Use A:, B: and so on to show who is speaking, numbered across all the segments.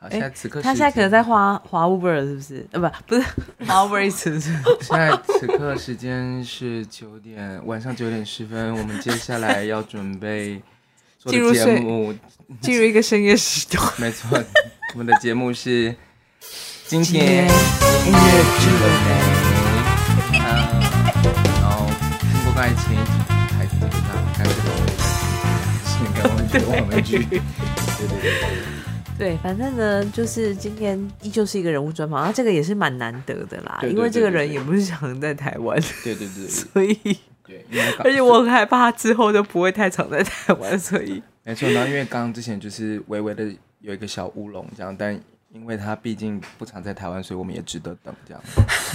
A: 好，现在此刻
B: 他现在可能在花花 Uber 是不是？呃，不，不 是花 Uber 一词是不是
A: 现在此刻时间是九点，晚上九点十分。我们接下来要准备做
B: 进入
A: 的节
B: 睡
A: 目，
B: 进入一个深夜时段。
A: 没错，我们的节目是今天
B: 今
A: 音乐之美。嗯，然后经过刚才前一集台词的大开始是跟我们我们去，对对对，
B: 对，反正呢，就是今天依旧是一个人物专访，那这个也是蛮难得的啦，
A: 对对
B: 因为这个
A: 对对
B: 人也不是常在台湾，
A: 对对对对
B: 所以
A: 对，因为刚
B: 而且我很害怕他之后就不会太常在台湾，所以
A: 没错，然后因为刚刚之前就是微微的有一个小乌龙这样，但因为他毕竟不常在台湾，所以我们也值得等这样。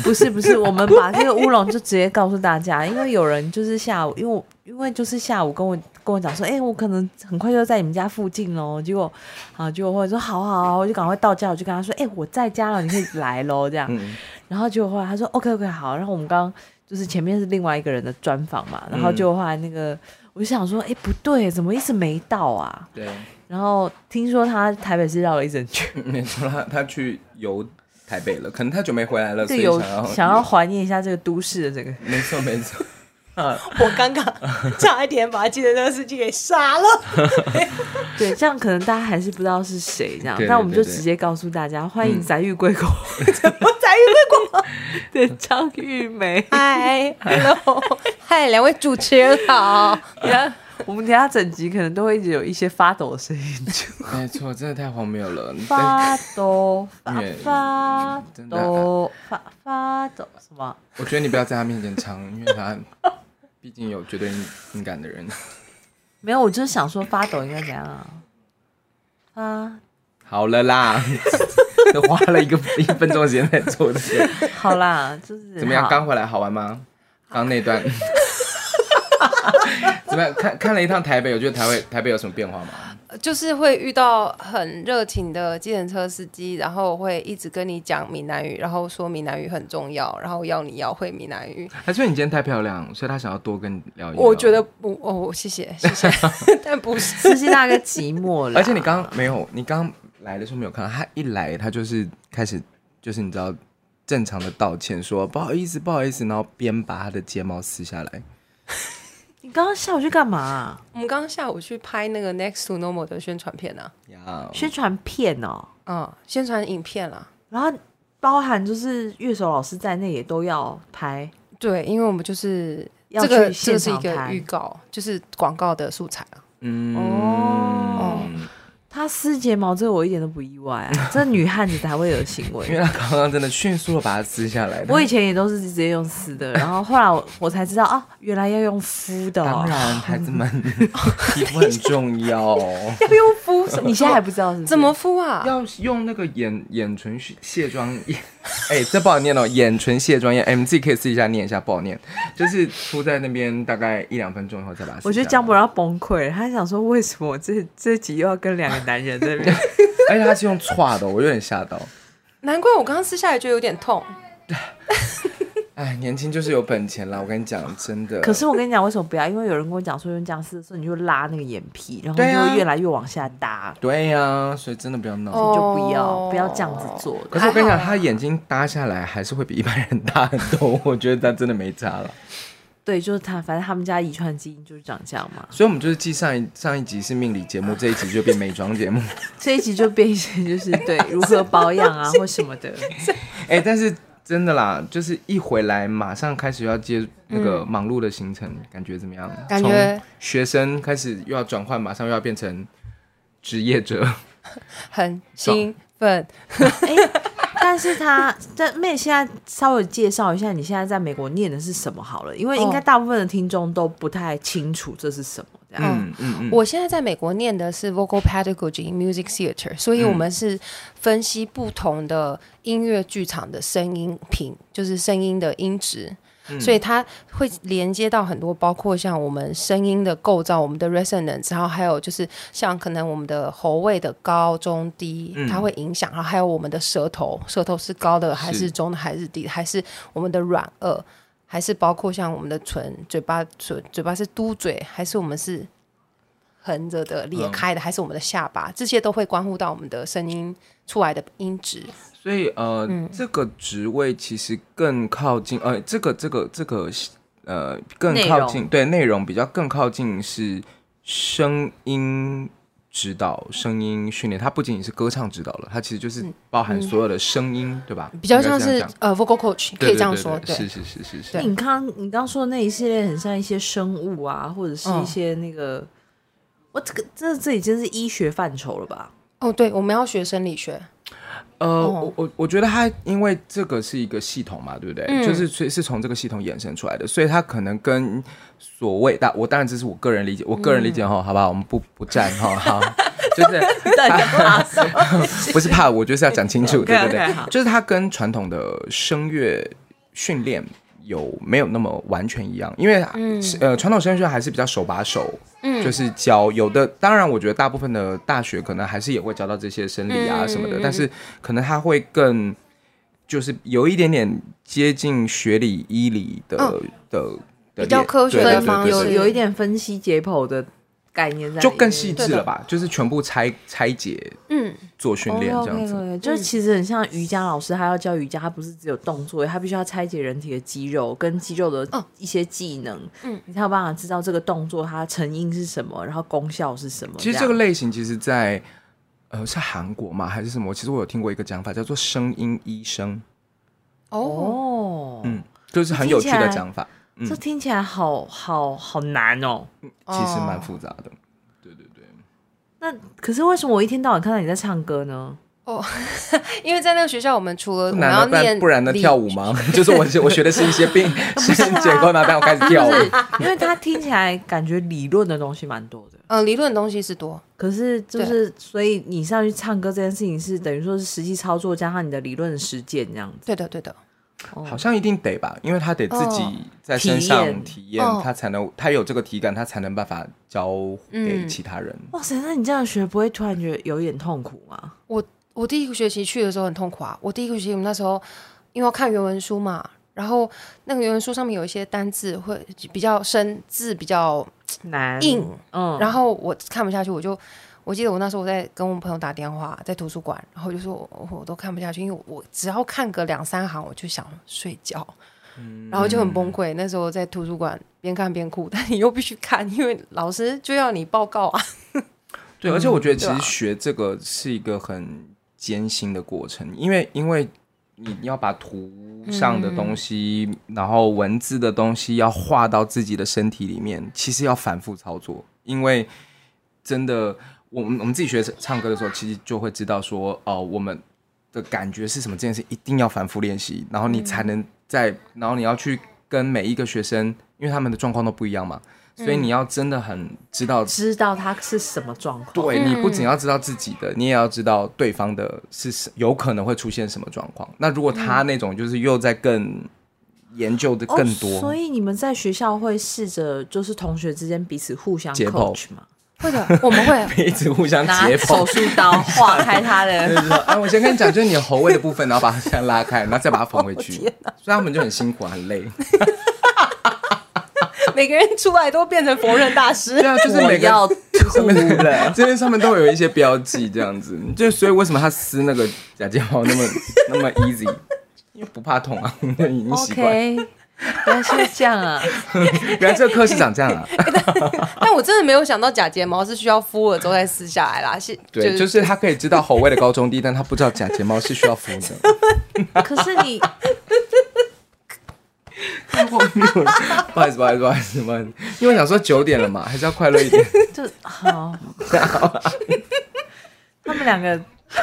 B: 不是不是，我们把这个乌龙就直接告诉大家， 因为有人就是下午，因为我因为就是下午跟我跟我讲说，哎、我可能很快就在你们家附近喽。结果啊，结果或者说好好好，我就赶快到家，我就跟他说，哎、我在家了，你可以来喽，这样。
A: 嗯，
B: 然后结果后来他说 OK OK 好，然后我们刚刚就是前面是另外一个人的专访嘛，然后
A: 嗯
B: 结果后来那个我就想说，哎、不对，怎么一直没到啊？
A: 对，
B: 然后听说他台北市绕了一整圈。
A: 没错，他他去游台北了，可能太久没回来了，所
B: 对，
A: 以
B: 有
A: 想要
B: 想要怀念一下这个都市的这个，
A: 没错没错，
C: 我刚刚差一点把记得那个司机给杀了。
B: 对，这样可能大家还是不知道是谁这样
A: 对，对
B: 那我们就
A: 对对
B: 直接告诉大家，欢
A: 嗯
B: 迎宅玉贵公
C: 我才遇过。
B: 的张玉梅。
C: 嗨，hello，嗨，两位主持人好。
B: 等一下我们等一下整集可能都会一直有一些发抖的声音，就
A: 没错，真的太荒谬了。 但
B: 发抖发
A: 对
B: 发
A: 真的啊
B: 抖发发抖什么？
A: 我觉得你不要在他面前唱，因为他毕竟有绝对敏感的人。
B: 没有，我就是想说发抖应该怎样啊？啊，
A: 好了啦， 都花了一个一分钟的时间在做这个，
B: 好 啦，就是
A: 怎么样？
B: 好
A: 刚回来好玩吗？刚那段 怎么样？看看了一趟台北，我觉得台北台北有什么变化吗？
D: 就是会遇到很热情的计程车司机，然后会一直跟你讲闽南语，然后说闽南语很重要，然后要你要会闽南 语。
A: 还是因为你今天太漂亮，所以他想要多跟你聊一聊？
D: 我觉得，不，哦，谢谢谢 谢，但不是。
B: 司机大哥寂寞 了，
A: 而且你刚没有，你刚来的时候没有看到，他一来他就是开始就是你知道正常的道歉说不好意思不好意思，然后边把他的睫毛撕下来。
B: 你刚刚下午去干嘛啊？
D: 我们刚刚下午去拍那个 Next to Normal 的宣传片啊，
A: 呀，
B: 宣传片哦，
D: 嗯，宣传影片啦。
B: 然后包含就是乐手老师在内也都要拍，
D: 对，因为我们就是
B: 要
D: 这个
B: 去
D: 这
B: 现
D: 个是一
B: 场
D: 个预
B: 拍。
D: 告，就是广告的素材啊。
A: 嗯，
B: 哦她撕睫毛这个我一点都不意外 啊，这女汉子才会有的行
A: 因为
B: 为。
A: 他刚刚真的迅速的把它撕下来。
B: 我以前也都是直接用撕的，然后后来我我才知道啊，原来要用敷的、
A: 当
B: 哦。
A: 然，孩子们， 皮肤很重要，
B: 要用敷什么，你现在还不知道是不是
D: 怎么敷啊？
A: 要用那个眼眼唇卸卸妆液。 哎、这不好念哦，眼唇卸妆液，哎，你自己可以试一下念一下，不好念，就是敷在那边大概一两分钟以后再把它撕下来。
B: 我觉得江博要崩溃了，他想说为什么我这这集又要跟两个男人在那边？
A: 而哎且他是用歘的，我有点吓到。
D: 难怪我刚刚撕下来觉得有点痛。
A: 哎，年轻就是有本钱啦，我跟你讲，真的。
B: 可是我跟你讲，为什么不要？因为有人跟我讲说用僵尸的时候，你就拉那个眼皮，然后
A: 对啊
B: 就会越来越往下搭，
A: 对呀、所以真的不要闹。
B: 所以就不要、
D: 哦
B: 不要这样子做的。
A: 可是我跟你讲，
D: 还好
A: 他
D: 啊
A: 眼睛搭下来还是会比一般人大很多， 我觉得他真的没差了。
B: 对，就是他，反正他们家遗传基因就是长这样 嘛。
A: 所以我们就是继上一上一集是命理节目，这一集就变美妆节目。
B: 这一集就变一些就是对如何保养 啊或什么的。
A: 哎、但是真的啦，就是一回来马上开始要接那个忙碌的行程，感觉怎么样？
D: 嗯感觉
A: 从学生开始又要转换，马上又要变成职业者。
D: 很兴奋，
B: 哎、但是他但妹现在稍微介绍一下你现在在美国念的是什么好了，因为应该
D: 哦
B: 大部分的听众都不太清楚这是什么。这样
A: 嗯嗯嗯，
D: 我现在在美国念的是 Vocal Pedagogy in Music Theater，所以我们是分析不同的音乐剧场的声音品，就是声音的音质。
A: 嗯
D: 所以它会连接到很多，包括像我们声音的构造、我们的 resonance，然后还有就是像可能我们的喉位的高中低，
A: 嗯
D: 它会影响，然后还有我们的舌头，舌头是高的还
A: 是
D: 是中的还是低的，还是我们的软腭，还是包括像我们的唇、嘴巴、嘴、嘴巴是嘟嘴，还是我们是横着的、裂
A: 嗯
D: 开的，还是我们的下巴，这些都会关乎到我们的声音出来的音质。
A: 所以呃，
D: 嗯
A: 这个职位其实更靠近呃，这个这个这个呃，更
B: 内
A: 靠
B: 容
A: 近对内容比较更靠近是声音指导、声音训练。它不仅仅是歌唱指导了，它其实就是包含所有的声音，对吧？
D: 嗯比较
A: 应该
D: 像
A: 这样
D: 是
A: 讲
D: 呃 vocal coach，可
A: 对
D: 以
A: 对
D: 这样
A: 对
D: 说，
A: 对
D: 对
A: 是是是是是。
D: 对
B: 哎你刚你刚说的那一系列很像一些生物啊，或者是
A: 嗯
B: 一些那个，我这个这这已经是医学范畴了吧？
D: 哦，对，我们要学生理学，
A: 呃，
D: 哦
A: 我我我觉得它因为这个是一个系统嘛，对不对？
D: 嗯
A: 就是所以是从这个系统衍生出来的，所以它可能跟所谓大，我当然这是我个人理解，我个人理
D: 嗯
A: 解哈，好不好？我们不不站哈，好， 就是
B: 对， 怕什么
A: 不是怕，我就是要讲 清楚，对对
B: OK，OK，
A: 对
B: 好，
A: 就是它跟传统的声乐训练有没有那么完全一样？因为、呃，传统声乐训练还是比较手把手，
D: 嗯
A: 就是教有的，当然我觉得大部分的大学可能还是也会教到这些生理啊什
D: 嗯
A: 么的，但是可能它会更就是有一点点接近学理医理的、的的
D: 嗯比较
A: 练
D: 科学
A: 对
D: 的
A: 对
D: 方
A: 对对
B: 有
D: 式
A: 对
B: 有一点分析解剖的概念在里面，
A: 就更细
D: 对
A: 致
D: 的
A: 了吧，就是全部拆拆解
D: 嗯，
A: 做训练这
D: 哦
A: 样子。
B: o k 哦就是其实很像瑜伽老师，他要教瑜伽，他不是只有动作，他必须要拆解人体的肌肉跟肌肉的一些技能，
D: 嗯
B: 你才有办法知道这个动作它成因是什么，然后功效是什么。
A: 其实这个类型其实在，呃是韩国嘛还是什么？其实我有听过一个讲法叫做声音医生，
B: 样
D: 哦，
B: 哦，
A: 嗯，就是很有趣的讲法，嗯
B: 这听起来好好好难哦。
A: 其实蛮
D: 哦
A: 复杂的。对对对，
B: 那可是为什么我一天到晚看到你在唱歌 呢？
D: 因为在那个学校，我们除了我
A: 不
D: 们
A: 然
D: 要
A: 呢？不然
D: 念
A: 不然呢？
D: 理
A: 跳舞吗？ 就是我我学的是一些 病是结构呢，但我开始跳舞。
B: 因为它听起来感觉理论的东西蛮多的，
D: 嗯，理论东西是多，
B: 可是就是所以你上去唱歌这件事情是等于说是实际操作加上你的理论实践这样子。
D: 对的，对的，
B: 哦
A: 好像一定得吧，因为他得自己
D: 哦
A: 在身上体
B: 体
A: 验，
D: 哦
A: 他才能他有这个体感，他才能办法教给其他人。
B: 哇塞，那你这样学不会突然觉得有一点痛苦吗？
D: 我我第一个学期去的时候很痛苦啊！我第一个学期我们那时候因为要看原文书嘛，然后那个原文书上面有一些单字会比较生字比较
B: 难
D: 硬，
B: 嗯，
D: 然后我看不下去，我就我记得我那时候我在跟我朋友打电话，在图书馆，然后我就说我我都看不下去，因为我只要看个两三行我就想睡觉，然后就很崩溃。那时候在图书馆边看边哭，但你又必须看，因为老师就要你 报告啊。
A: 对，而且我觉得其
D: 对
A: 实
D: 啊
A: 学这个是一个很艰辛的过程，因为因为你要把图上的东西，
D: 嗯
A: 然后文字的东西要画到自己的身体里面，其实要反复操作，因为真的，我们我们自己学唱歌的时候，其实就会知道说，哦，我们的感觉是什么，这件事一定要反复练习，然后你才
D: 嗯
A: 能在，然后你要去跟每一个学生，因为他们的状况都不一样嘛。所
D: 嗯
A: 以你要真的很知道
B: 知道它是什么状况。
A: 对你不仅要知道自己的，你也要知道对方的是什有可能会出现什么状况。那如果他那种就是又在更研究的更
B: 嗯哦，
A: 多，
B: 所以你们在学校会试着就是同学之间彼此互相
A: 解剖
B: coach 吗？
D: 会的，我们会，
A: 一直互相
B: 拿
A: 解剖。
B: 手术刀划开他
A: 就
B: 的。
A: 是说，哎，我先跟你讲，就是你的喉位的部分，然后把它这样拉开，然后再把它缝回 去。所以他们就很辛苦，很累。
C: 每个人出来都变成缝纫大师
A: 对。啊，就是
B: 我
A: 每个
B: 要
A: 上面的 这边上面都有一些标记，这样子。就所以为什么他撕那个假睫毛那么那么 easy？因为不怕痛啊， 已经习惯。
B: OK，原来是这样啊！
A: 原来这个课是长这样啊。
D: 但我真的没有想到假睫毛是需要敷了之后再撕下来啦，是
A: 对，就是他可以知道 侯威的高中低，但他不知道假睫毛是需要敷 的。
B: 可是你
A: 不好意思，不好意思，不好意思，不好意思，因为想说九点了嘛，还是要快乐一点。
B: 就好，他们两个。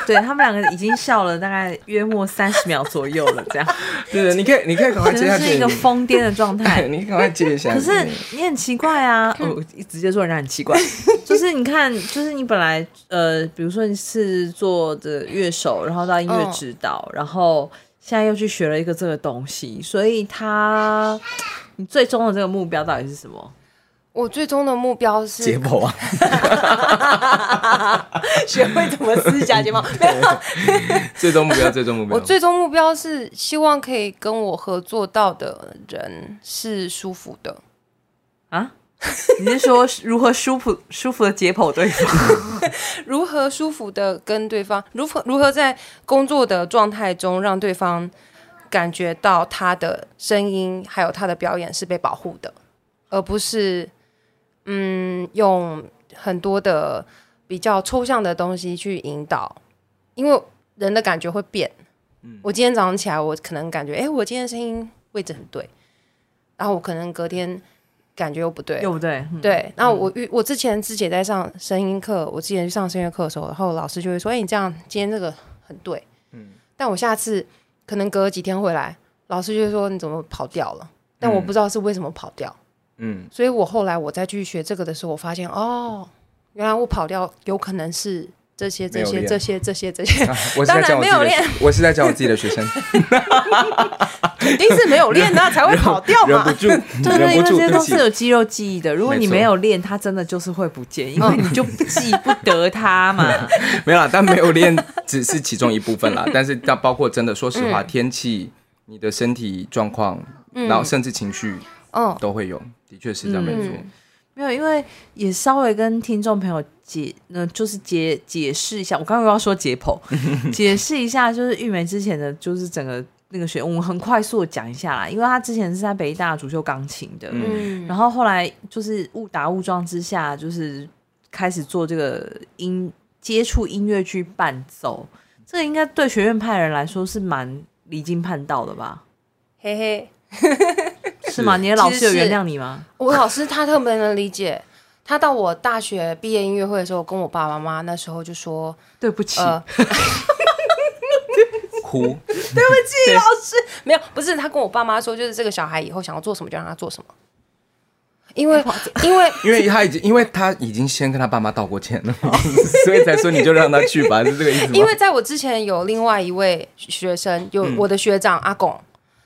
B: 对他们两个已经笑了大概约莫三十秒左右了，这样
A: 对对，你可以，你可以赶快
B: 真
A: 接下
B: 的
A: 去。
B: 是一 个疯癫的状态
A: 对，。你赶快接一下。
B: 可是你很奇怪啊，
C: 嗯
B: 哦我直接说人家很奇怪，就是你看，就是你本来呃，比如说你是做的乐手，然后到音乐指导，然后现在又去学了一个这个东西，所以他你最终的这个目标到底是什么？
D: 我最终的目标是
A: 解剖啊，
C: 学会怎么撕假睫毛，没有
A: 最终目标，最终目标。
D: 我最终目标是希望可以跟我合作到的人是舒服的，
B: 啊？你是说如何舒服舒服的解剖对方？
D: 如何舒服的跟对方，如何如何在工作的状态中让对方感觉到他的声音还有他的表演是被保护的，而不是嗯用很多的比较抽象的东西去引导，因为人的感觉会变。我今天早上起来，我可能感觉，哎、我今天声音位置很对，然后我可能隔天感觉又不对了，
B: 对不对？ 嗯
D: 对，那我遇我之前自己也在上声音课，我之前去上声乐课的时候，然后老师就会说：“哎、你这样今天这个很对。”
A: 嗯
D: 但我下次可能隔几天回来，老师就会说：“你怎么跑掉了？”但我
A: 嗯
D: 不知道是为什么跑掉，
A: 嗯
D: 所以我后来我再去学这个的时候，我发现哦，原来我跑掉有可能是这些
A: 没
D: 这
A: 有
D: 些
A: 练
D: 这些这些 这些，
A: 啊我是
D: 当
A: 在
D: 然
A: 教我
D: 没
A: 自己
D: 有
A: 的
D: 练
A: 学，我是在教我自己的学 生，
D: 肯定是没有练的啊、才会跑掉
A: 忍
D: 嘛
A: 不。住，
B: 对对，
A: 忍
B: 因
A: 不
B: 为
A: 住，
B: 这
A: 对
B: 些
A: 不
B: 都
A: 起
B: 是。有肌肉记忆的。如果你
A: 没错
B: 没有练，它真的就是会不见，因为你就记不得它嘛。
A: 没有啦，但没有练 只是其中一部 分啦。但是要包括真的，说实话，天气、你的身体状况，然后甚至情绪
D: 嗯，
A: 都会有，的确是这样没错。
B: 没有，因为也稍微跟听众朋友解，呃，就是解解释一下，我刚刚又要说解 剖，解释一下，就是玉梅之前的，就是整个那个学，我们很快速的讲一下啦，因为她之前是在北大主修钢琴的，
A: 嗯
D: 嗯，
B: 然后后来就是误打误撞之下，就是开始做这个音接触音乐剧伴奏，这个应该对学院派人来说是蛮离经叛道的吧？
D: 嘿嘿。
B: 是吗？你的老师有
D: 其实是
B: 原谅你吗？
D: 我老师他特别能理解，他到我大学毕业音乐会的时候，跟我爸爸妈妈那时候就说，
B: 对不起，
D: 呃，
A: 哭，
D: 没有，不是他跟我爸妈说，就是这个小孩以后想要做什么就让他做什么，因
A: 哎
D: 为 因为
A: 因为他已经，因为他已经先跟他爸妈道过歉了，
B: 哦
A: 所以才说你就让他去吧，是这个意思吗？
D: 因为在我之前有另外一位学生，有我的学长阿拱。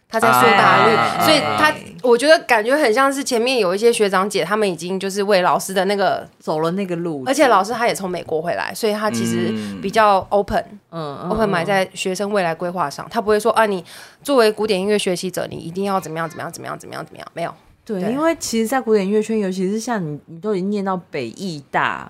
D: 他在苏打绿，
A: 嗯哎
D: 所以他我觉得感觉很像是前面有一些学长姐，他们已经就是为老师的那个，
B: 走了那个路，
D: 而且老师他也从美国回来，所以他其实
A: 嗯
D: 比较 open，、
B: 嗯，嗯
D: 我会埋
B: 嗯
D: 在学生未来规划上，他不会说啊，你作为古典音乐学习者，你一定要怎么样怎么样怎么样怎么样怎么样，没有，
B: 对，
D: 对
B: 因为其实，在古典音乐圈，尤其是像你，你都已经念到北艺大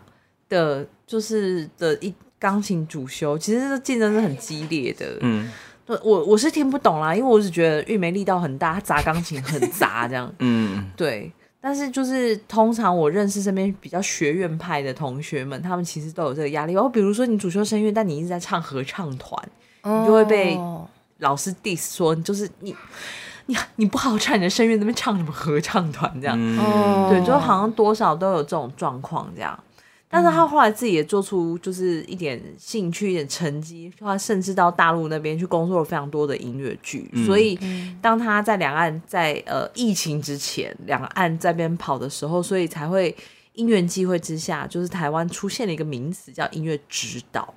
B: 的，就是的一钢琴主修，其实这竞争是很激烈的。
A: 嗯
B: 对我我是听不懂啦，因为我只觉得玉梅力道很大，她砸钢琴很砸这样。
A: 嗯
B: 对，但是就是通常我认识身边比较学院派的同学们，他们其实都有这个压力。然后哦比如说你主修声乐，但你一直在唱合唱团，
D: 你
B: 就会被
D: 嗯
B: 老师 diss 说，就是你你你不好好唱你的声乐，那边唱什么合唱团这样。
A: 嗯
D: 哦
B: 对，就好像多少都有这种状况这样。但是他后来自己也做出就是一点兴趣、一点成绩，他甚至到大陆那边去工作了非常多的音乐剧。所以，当他在两岸在呃疫情之前，两岸这边跑的时候，所以才会因缘际会之下，就是台湾出现了一个名词叫音乐指导。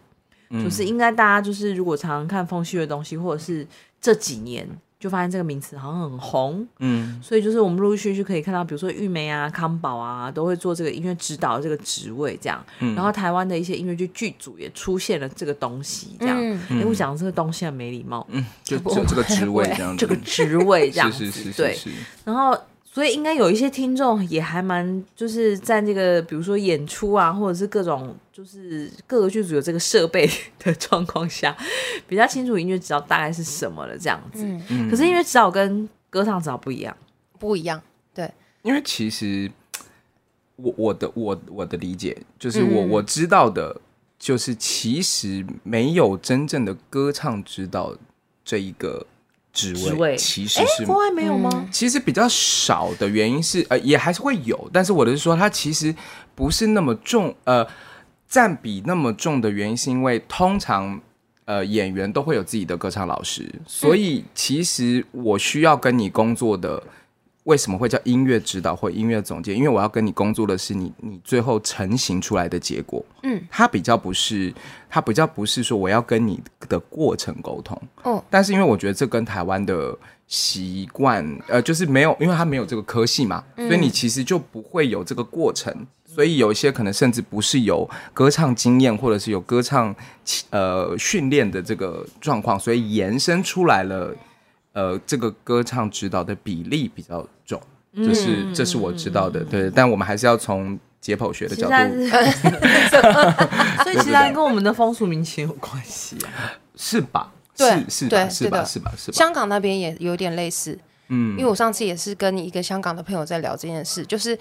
B: 就是应该大家就是如果常常看风虚的东西，或者是这几年就发现这个名词好像很红，
A: 嗯
B: 所以就是我们陆陆续续可以看到，比如说玉梅啊、康宝啊，都会做这个音乐指导这个职位这样。
A: 嗯
B: 然后台湾的一些音乐剧剧组也出现了这个东西这样。
D: 嗯
B: 哎、我讲这个东西很没礼貌，
A: 嗯，就就这个职位这样子，
B: 哦这个职位这样子
A: 是是是
B: 对
A: 是。是，
B: 然后，所以应该有一些听众也还蛮，就是在这个比如说演出啊，或者是各种就是各个剧组有这个设备的 状况下，比较清楚音乐指导大概是什么了这样子。
D: 嗯，
A: 嗯
B: 可是音乐指导跟歌唱指导不一样，
D: 不一样，对，
A: 因为其实我我的我我的理解就是我、
B: 嗯
A: 我知道的，就是其实没有真正的歌唱指导这一个职位，
B: 职位
A: 其实是
B: 国外没有吗？
D: 嗯
A: 其实比较少的原因是，呃，也还是会有，但是我的是说，它其实不是那么重，呃，占比那么重的原因是因为通常。呃，演员都会有自己的歌唱老师，所以其实我需要跟你工作的，为什么会叫音乐指导或音乐总监？因为我要跟你工作的是你你最后成型出来的结果。
D: 嗯，
A: 它比较不是，它比较不是说我要跟你的过程沟通。
D: 哦，
A: 但是因为我觉得这跟台湾的习惯，呃，就是没有，因为它没有这个科系嘛，所以你其实就不会有这个过程。所以有一些可能甚至不是有歌唱经验，或者是有歌唱呃训练的这个状况，所以延伸出来了，呃，这个歌唱指导的比例比较重。这是、这是我知道的，对。但我们还是要从解剖学的
B: 其
A: 角
B: 实它
A: 度，
B: 是， 所以其实它跟我们的风俗民情有关系啊。
A: 是吧？
D: 对
A: 是是吧？
D: 对
A: 是吧？
D: 对的
A: 是吧？是吧？
D: 香港那边也有点类似，
A: 嗯
D: 因为我上次也是跟一个香港的朋友在聊这件事，就是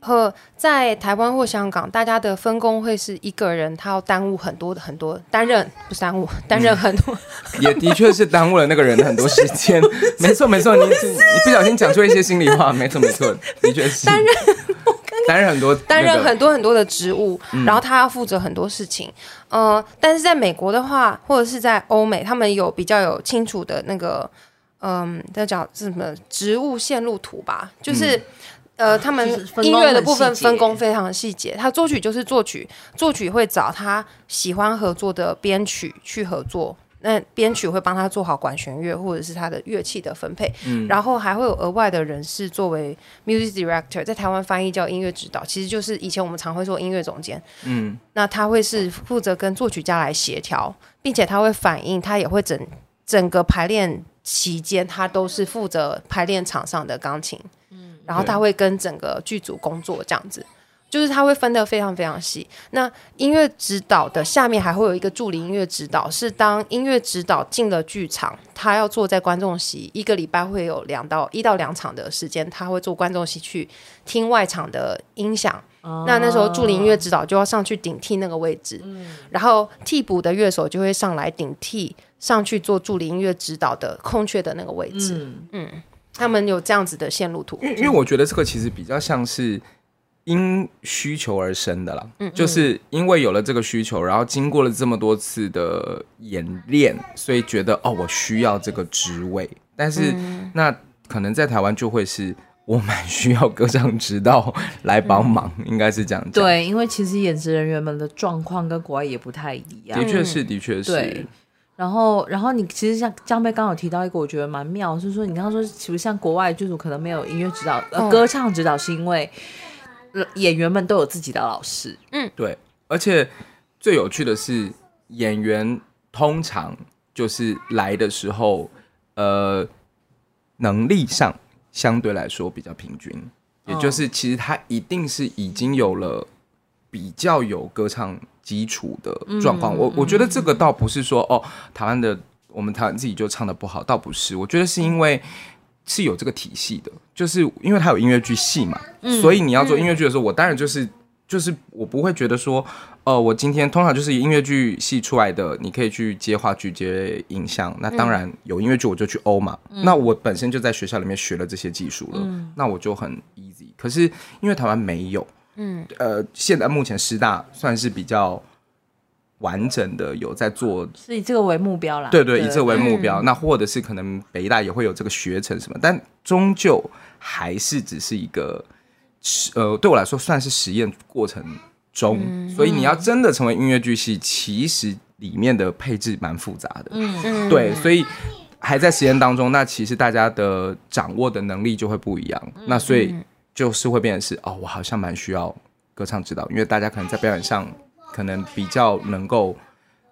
D: 和在台湾或香港，大家的分工会是一个人他要耽误很多的很多担任不是耽误 担任很多，
A: 也的确是耽误了那个人的很多时 间。没错，没错，你你不小心讲出一些心里话，没错，没错，的确 是担任担任很多那
D: 担任
A: 个
D: 很多很多的职务，然后他要负责很多事情。呃，但是在美国的话，或者是在欧美，他们有比较有清楚的那个，嗯，叫叫是什么职务线路图吧，就是。呃，他
B: 嗯
D: 们
B: 啊就是分工
D: 音乐的部
B: 很
D: 分
B: 细节
D: 分工非常细节。他作曲就是作曲，作曲会找他喜欢合作的编曲去合作，那编曲会帮他做好管弦乐或者是他的乐器的分配，
B: 嗯
D: 然后还会有额外的人士作为 music director，在台湾翻译叫音乐指导，其实就是以前我们常会说音乐总监。
A: 嗯，
D: 那他会是负责跟作曲家来协调，并且他会反映，他也会整整个排练期间，他都是负责排练场上的钢琴，然后他会跟整个剧组工作这样子。就是他会分得非常非常细。那音乐指导的下面还会有一个助理音乐指导，是当音乐指导进了剧场，他要坐在观众席，一个礼拜会有两到一到两场的时间，他会坐观众席去听外场的音响。那那时候助理
B: 哦
D: 音乐指导就要上去顶替那个位置，然后替补的乐手就会上来顶替上去做助理音乐指导的空缺的那个位置。嗯他们有这样子的线路图。
A: 因为因为我觉得这个其实比较像是因需求而生的啦，
B: 嗯
A: 就是因为有了这个需求，然后经过了这么多次的演练，所以觉得哦，我需要这个职位。但是、
B: 嗯
A: 那可能在台湾就会是我蛮需要歌唱指导来帮忙，应该是这样讲。，
B: 嗯对，因为其实演职人员们的状况跟国外也不太一样
A: 的。确是，的确是
B: 嗯对。然后，然后你其实像江贝刚好提到一个，我觉得蛮妙，就是说你刚刚说，其实像国外剧组可能没有音乐指导，呃，
D: 嗯
B: 歌唱指导，是因为、呃演员们都有自己的老师，
A: 对，而且最有趣的是，演员通常就是来的时候，呃，能力上相对来说比较平均，也就是其实他一定是已经有了比较有歌唱基础的状况。我我觉得这个倒不是说哦，台湾的我们台湾自己就唱的不好，倒不是，我觉得是因为。是有这个体系的，就是因为它有音乐剧系嘛，所以你要做音乐剧的时候，我当然就是就是我不会觉得说，呃，我今天通常就是音乐剧系出来的，你可以去接话剧、接影像。那当然有音乐剧我就去欧嘛。那我本身就在学校里面学了这些技术了，那我就很 easy。可是因为台湾没有，嗯，呃，现在目前师大算是比较完整的有在做
B: 是以这个为目标啦。
A: 对对，以这为目标。那或者是可能北大也会有这个学程什么，但终究还是只是一个实呃，对我来说算是实验过程中。
D: 嗯
A: 所以你要真的成为音乐剧系，其实里面的配置蛮复杂的。
D: 嗯
A: 对，所以还在实验当中，那其实大家的掌握的能力就会不一样。
D: 嗯
A: 那所以就是会变成是哦，我好像蛮需要歌唱指导，因为大家可能在表演上可能比较能够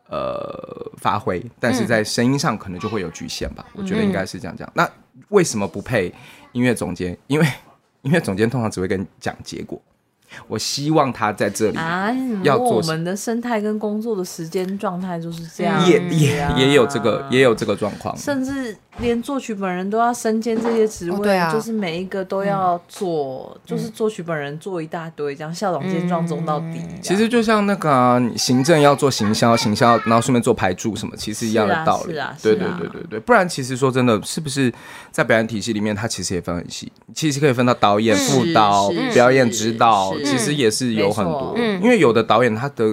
A: 呃发挥，但是在声音上可能就会有局限吧。我觉得应该是这样讲。那为什么不配音乐总监？ 因为音乐总监通常只会跟你讲结果。我希望他在这里
B: 啊，你怎么
A: 要
B: 问我
A: 做
B: 们的生态跟工作的时间状态就是这样、啊
A: 也也
B: 哎
A: 也有这个也有这个状况，
B: 甚至连作曲本人都要身兼这些职位，
D: 哦对啊
B: 就是每一个都要做，
A: 嗯
B: 就是作曲本人做一大堆，这样校长兼撞中到底、
A: 其实就像那个啊、你行政要做行销，行销然后顺便做排柱什么，其实一样的道理。
B: 是啊是
A: 对
B: 啊是
A: 对
B: 啊
A: 对对对，不然其实说真的，是不是在表演体系里面，它其实也分很细，其实可以分到导演、
B: 是
A: 副导
B: 是、
A: 表演指导，
B: 是
A: 其实也是有很
B: 没错
A: 多。
D: 嗯
A: 因为有的导演他的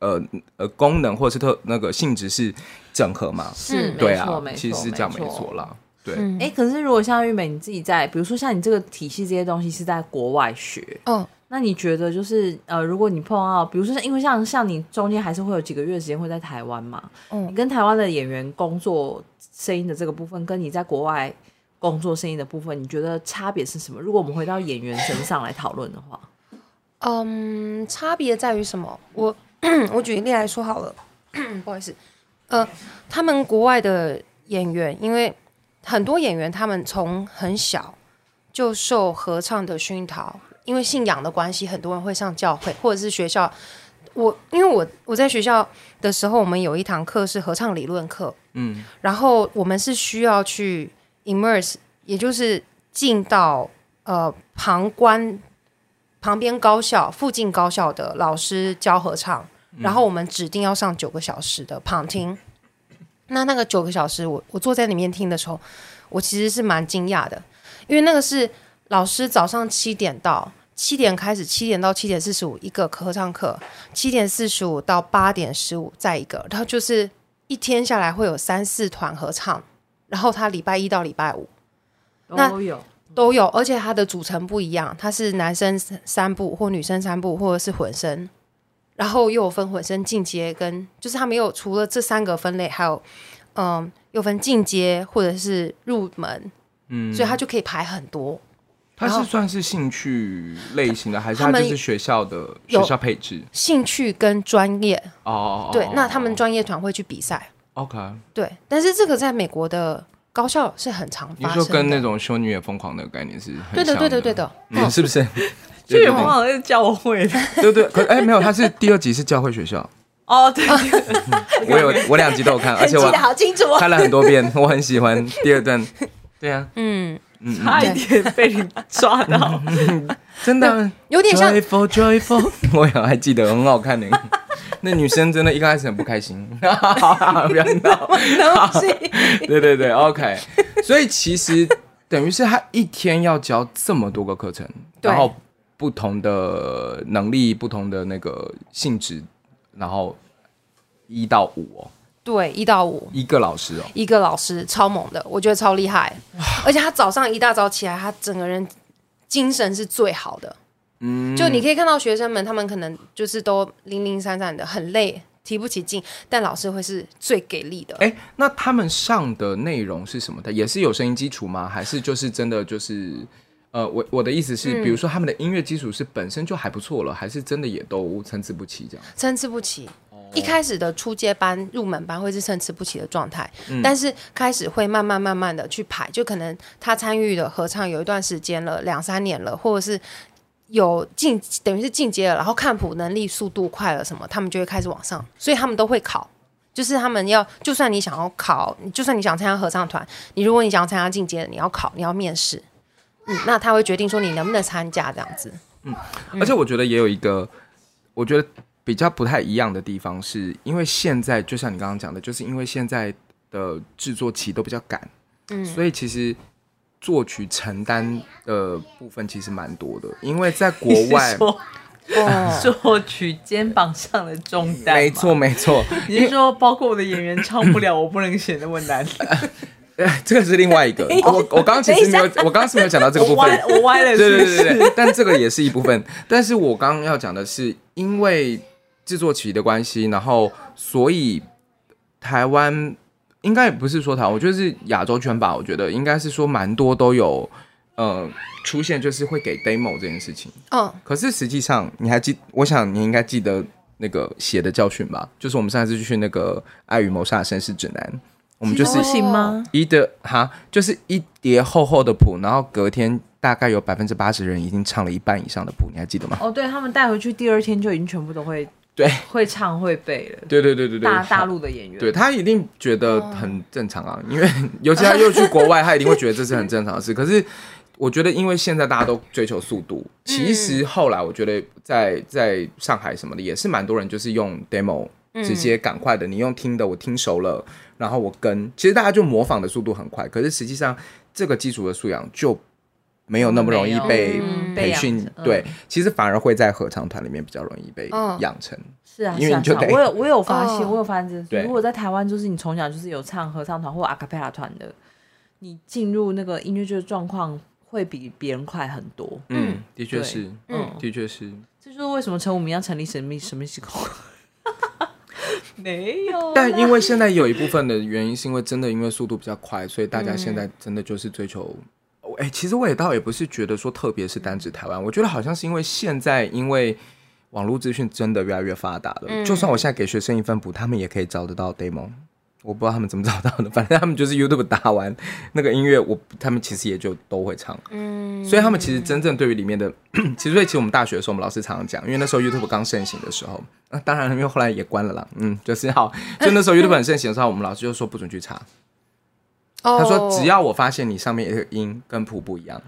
A: 呃呃功能或者是特那个性质是整合嘛，
B: 是
D: 嗯
A: 对
B: 没
A: 啊
B: 错，没错，
A: 其实是这样没错
B: 了。
A: 啦。对，
D: 嗯
B: 哎、可是如果像玉美你自己在，比如说像你这个体系这些东西是在国外学，
D: 哦，
B: 那你觉得就是呃，如果你碰到，比如说像因为像像你中间还是会有几个月时间会在台湾嘛，
D: 嗯
B: 你跟台湾的演员工作声音的这个部分，跟你在国外工作声音的部分，你觉得差别是什么？如果我们回到演员身上来讨论的话，
D: 嗯，差别在于什么？我我举例来说好了， 不好意思，呃，他们国外的演员，因为很多演员他们从很小就受合唱的熏陶，因为信仰的关系，很多人会上教会或者是学校。我因为我我在学校的时候，我们有一堂课是合唱理论课，
A: 嗯，
D: 然后我们是需要去 immerse，也就是进到呃旁观旁边高校附近高校的老师教合唱，然后我们指定要上九个小时的旁听。那那个九个小时，我我坐在里面听的时候，我其实是蛮惊讶的，因为那个是老师早上七点到。七点开始，七点到七点四十五一个合唱课，七点四十五到八点十五再一个，然后就是一天下来会有三四团合唱，然后他礼拜一到礼拜五那
B: 都有。
D: 都有，而且它的组成不一样，它是男生三部或女生三部，或者是混声，然后又有分混声进阶跟，就是他们有除了这三个分类，还有嗯，又分进阶或者是入门，
A: 嗯，
D: 所以它就可以排很多。
A: 它
D: 然
A: 是
D: 后
A: 算是兴趣类型的，还是
D: 他
A: 它
D: 们
A: 就是学校的
D: 有
A: 学校配置？
D: 兴趣跟专业，
A: 哦哦，哦
D: 对
A: 哦，
D: 那他们
A: 哦
D: 专业团会去比赛，
A: OK，
D: 对，但是这个在美国的高校是很常
A: 你
D: 发
A: 说
D: 生的。
A: 跟那种修女也疯狂的概念是很
D: 对的，
A: 像
D: 对的，对，的，哦
A: 嗯，是不 是？
B: 就
A: 对
B: 有朋友是教会的
A: 对对对，可哎没有，他是第二集是教会学 校，
B: 哦，对，
A: 我有我两集都有看， 而
C: 很
A: 且
C: 记
A: 我
C: 得好清楚哦。
A: 看了很多遍， 我很喜欢第二段。 对啊，
D: 嗯，
A: 嗯，嗯
B: 差一点被你抓到。
A: 真的啊
D: 有点像
A: ，joyful joyful，我也 还记得，很好看的。那女生真的一开始很不开心， 不要闹。
C: 东
A: 嗯
C: 西
A: 对对对，OK。所以其实等于是他一天要教这么多个课程，
D: 对
A: 然后不同的能力、不同的那个性质，然后一到五哦，
D: 对，一到五，
A: 一个老师哦，
D: 一个老师超猛的，我觉得超厉害。而且他早上一大早起来，他整个人精神是最好的。
A: 嗯，
D: 就你可以看到学生们，他们可能就是都零零散散的，很累，提不起劲，但老师会是最给力的。
A: 哎，那他们上的内容是什么的？也是有声音基础吗？还是就是真的就是？呃，我我的意思是，比如说他们的音乐基础是本身就还不错了，还是真的也都参差不齐这样？
D: 参差不齐。
A: 哦
D: 一开始的初阶班、入门班会是参差不齐的状态，
A: 嗯
D: 但是开始会慢慢慢慢的去排，就可能他参与的合唱有一段时间了，两三年了，或者是有进等于是进阶了，然后看谱能力速度快了什么，他们就会开始往上，所以他们都会考。就是他们要，就算你想要考，就算你想参加合唱团，你如果你想要参加进阶的，你要考，你要面试，嗯，那他会决定说你能不能参加这样子。
A: 而且我觉得也有一个，我觉得比较不太一样的地方是，因为现在就像你刚刚讲的，就是因为现在的制作期都比较赶，嗯，所以其实作曲承担的部分其实蛮多的，因为在国外，
B: 说
D: 哦，
B: 作曲肩膀上的重担，
A: 没错。没错，
B: 你是说包括我的演员唱不了，我不能写那么难？
A: 哎这个是另外一 个，我我刚刚其实没有，我刚刚是没有讲到这个
B: 我
A: 部分
B: 歪，，我歪了，
A: 对对
B: 是不
A: 对对
B: 是？
A: 对，但这个也是一部分。但是我刚刚要讲的是，因为制作期的关系，然后所以台湾应该也不是说台湾，我觉得是亚洲圈吧。我觉得应该是说蛮多都有呃出现，就是会给 demo 这件事情。
D: 嗯，
A: 可是实际上，你还记？呃我想你应该记得那个血的教训吧？就是我们上次去那个《爱与谋杀的绅士指南》，我们就是
B: 不行吗？
A: 一的哈，就是一叠厚厚的谱，然后隔天大概有百分之八十人已经唱了一半以上的谱，你还记得吗？
B: 哦，对他们带回去第二天就已经全部都会
A: 对
B: 会唱会背了。
A: 对对对对对，
B: 大大
A: 好。
B: 陆的演员，
A: 对他一定觉得
B: 嗯
A: 很正常啊，因为 尤其他又去国外，他一定会觉得这是很正常的 事。可是我觉得，因为现在大家都追求速
B: 嗯
A: 度，其实后来我觉得在在上海什么的也是蛮多人就是用 demo
B: 嗯
A: 直接赶快的，你用听的，我听熟了，然后我跟，其实大家就模仿的速度很快，可是实际上这个基础的素养就没有那么容易被
B: 嗯
A: 培
B: 养
A: 训
B: 成，嗯哦
A: 对，其实反而会在合唱团里面比较容易被
D: 嗯
A: 养成。
B: 是啊，
A: 因为
B: 是啊
A: 你就是
B: 啊
A: 得
B: 我有我有发现，
D: 哦
B: 我有发现这件事
A: 对
B: 如果在台湾，就是你从小就是有唱合唱团或阿卡贝拉团的，你进入那个音乐剧的状况会比别人快很多。
A: 嗯，的确
B: 对
A: 是，
B: 嗯
A: 的确是。
B: 这就是为什么陈武明要成立神秘神秘时空。 没有，
A: 但因为现在有一部分的原因，是因为真的因为速度比较快，所以大家现在真的就是追求。哦哎、其实我也倒也不是觉得说，特别是单指台湾，我觉得好像是因为现在因为网络资讯真的越来越发达了，就算我现在给学生一份谱，他们也可以找得到 demo。我不知道他们怎么找到的，反正他们就是 YouTube 打完那个音乐，我他们其实也就都会唱，嗯，所以他们其实真正对于里面的，其实所以其实我们大学的时候，我们老师常常讲，因为那时候 YouTube 刚盛行的时候，啊、当然因为后来也关了啦，嗯，就是好，就那时 候 YouTube 很盛行的时候，我们老师就说不准去查，
D: 哦
A: 他说只要我发现你上面的音跟谱不一样，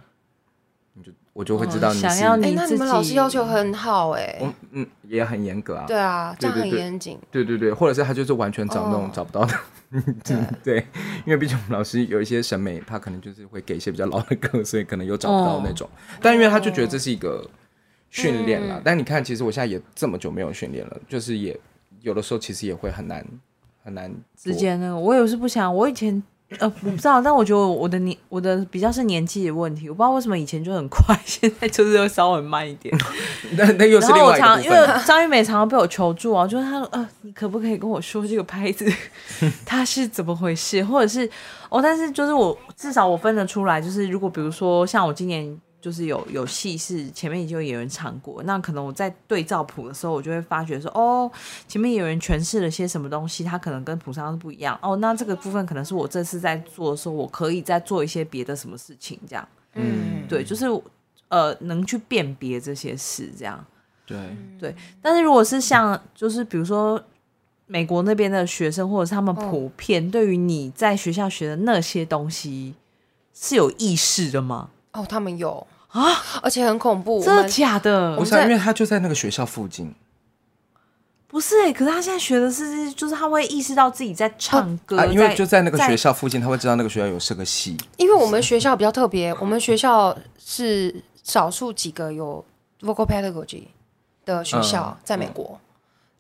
A: 你就我就会知道你是，
B: 哦想要
D: 哎、
B: 你
D: 那你
B: 自
D: 们老
B: 己
D: 师要求很好哎、
A: 我嗯也很严格啊，
D: 对啊，
A: 对
D: 这样
A: 对
D: 很
A: 对
D: 严谨。
A: 对对对，或者是他就是完全找那种
D: 哦
A: 找不到的，嗯
D: 对，
A: 对，因为毕竟我们老师有一些审美，他可能就是会给一些比较老的歌，所以可能又找不到那种。
B: 哦
A: 但因为他就觉得这是一个训练
B: 嗯
A: 啦。但你看，其实我现在也这么久没有训练了，就是也有的时候其实也会很难很难做
B: 之。间那个，我也是不想。我以前呃，我不知道，但我觉得我的年我的比较是年纪的问题，我不知道为什么以前就很快， 现在就是会稍微慢一点。
A: 那那又是
B: 然
A: 另
B: 后我
A: 外一个
B: 常
A: 部
B: 因为
A: 分。
B: 张玉美常常被我求助啊，就是她说呃，你可不可以跟我说这个 拍子它是怎么回事，或者是哦，但是就是我至少我分得出来，就是如果比如说像我今年。就是有有戏是前面已经有演员唱过，那可能我在对照谱的时候，我就会发觉说，哦，前面有人诠释了些什么东西，它可能跟谱上是不一样。哦，那这个部分可能是我这次在做的时候，我可以再做一些别的什么事情，这样
A: 嗯，
B: 对，就是呃能去辨别这些事这样。
A: 对，
B: 对，但是如果是
A: 嗯
B: 像就是比如说美国那边的学生，或者是他们
A: 嗯
B: 普遍对于你在学校学的那些东西是有意识的吗？
D: 哦，他们有啊， 而且很恐怖。我
B: 真的
D: 们
B: 假的
A: 我？
D: 在
A: 想啊因为他就在那个学校附近，
B: 不是哎、可是他现在学的是，就是他会意识到自己在唱歌，
A: 啊，因为就在那个学
B: 在
A: 校附近，他会知道那个学校有这个系。
D: 因为我们学校比较特别，我们学校是少数几个有 vocal pedagogy 的学校
A: 嗯，
D: 在美国。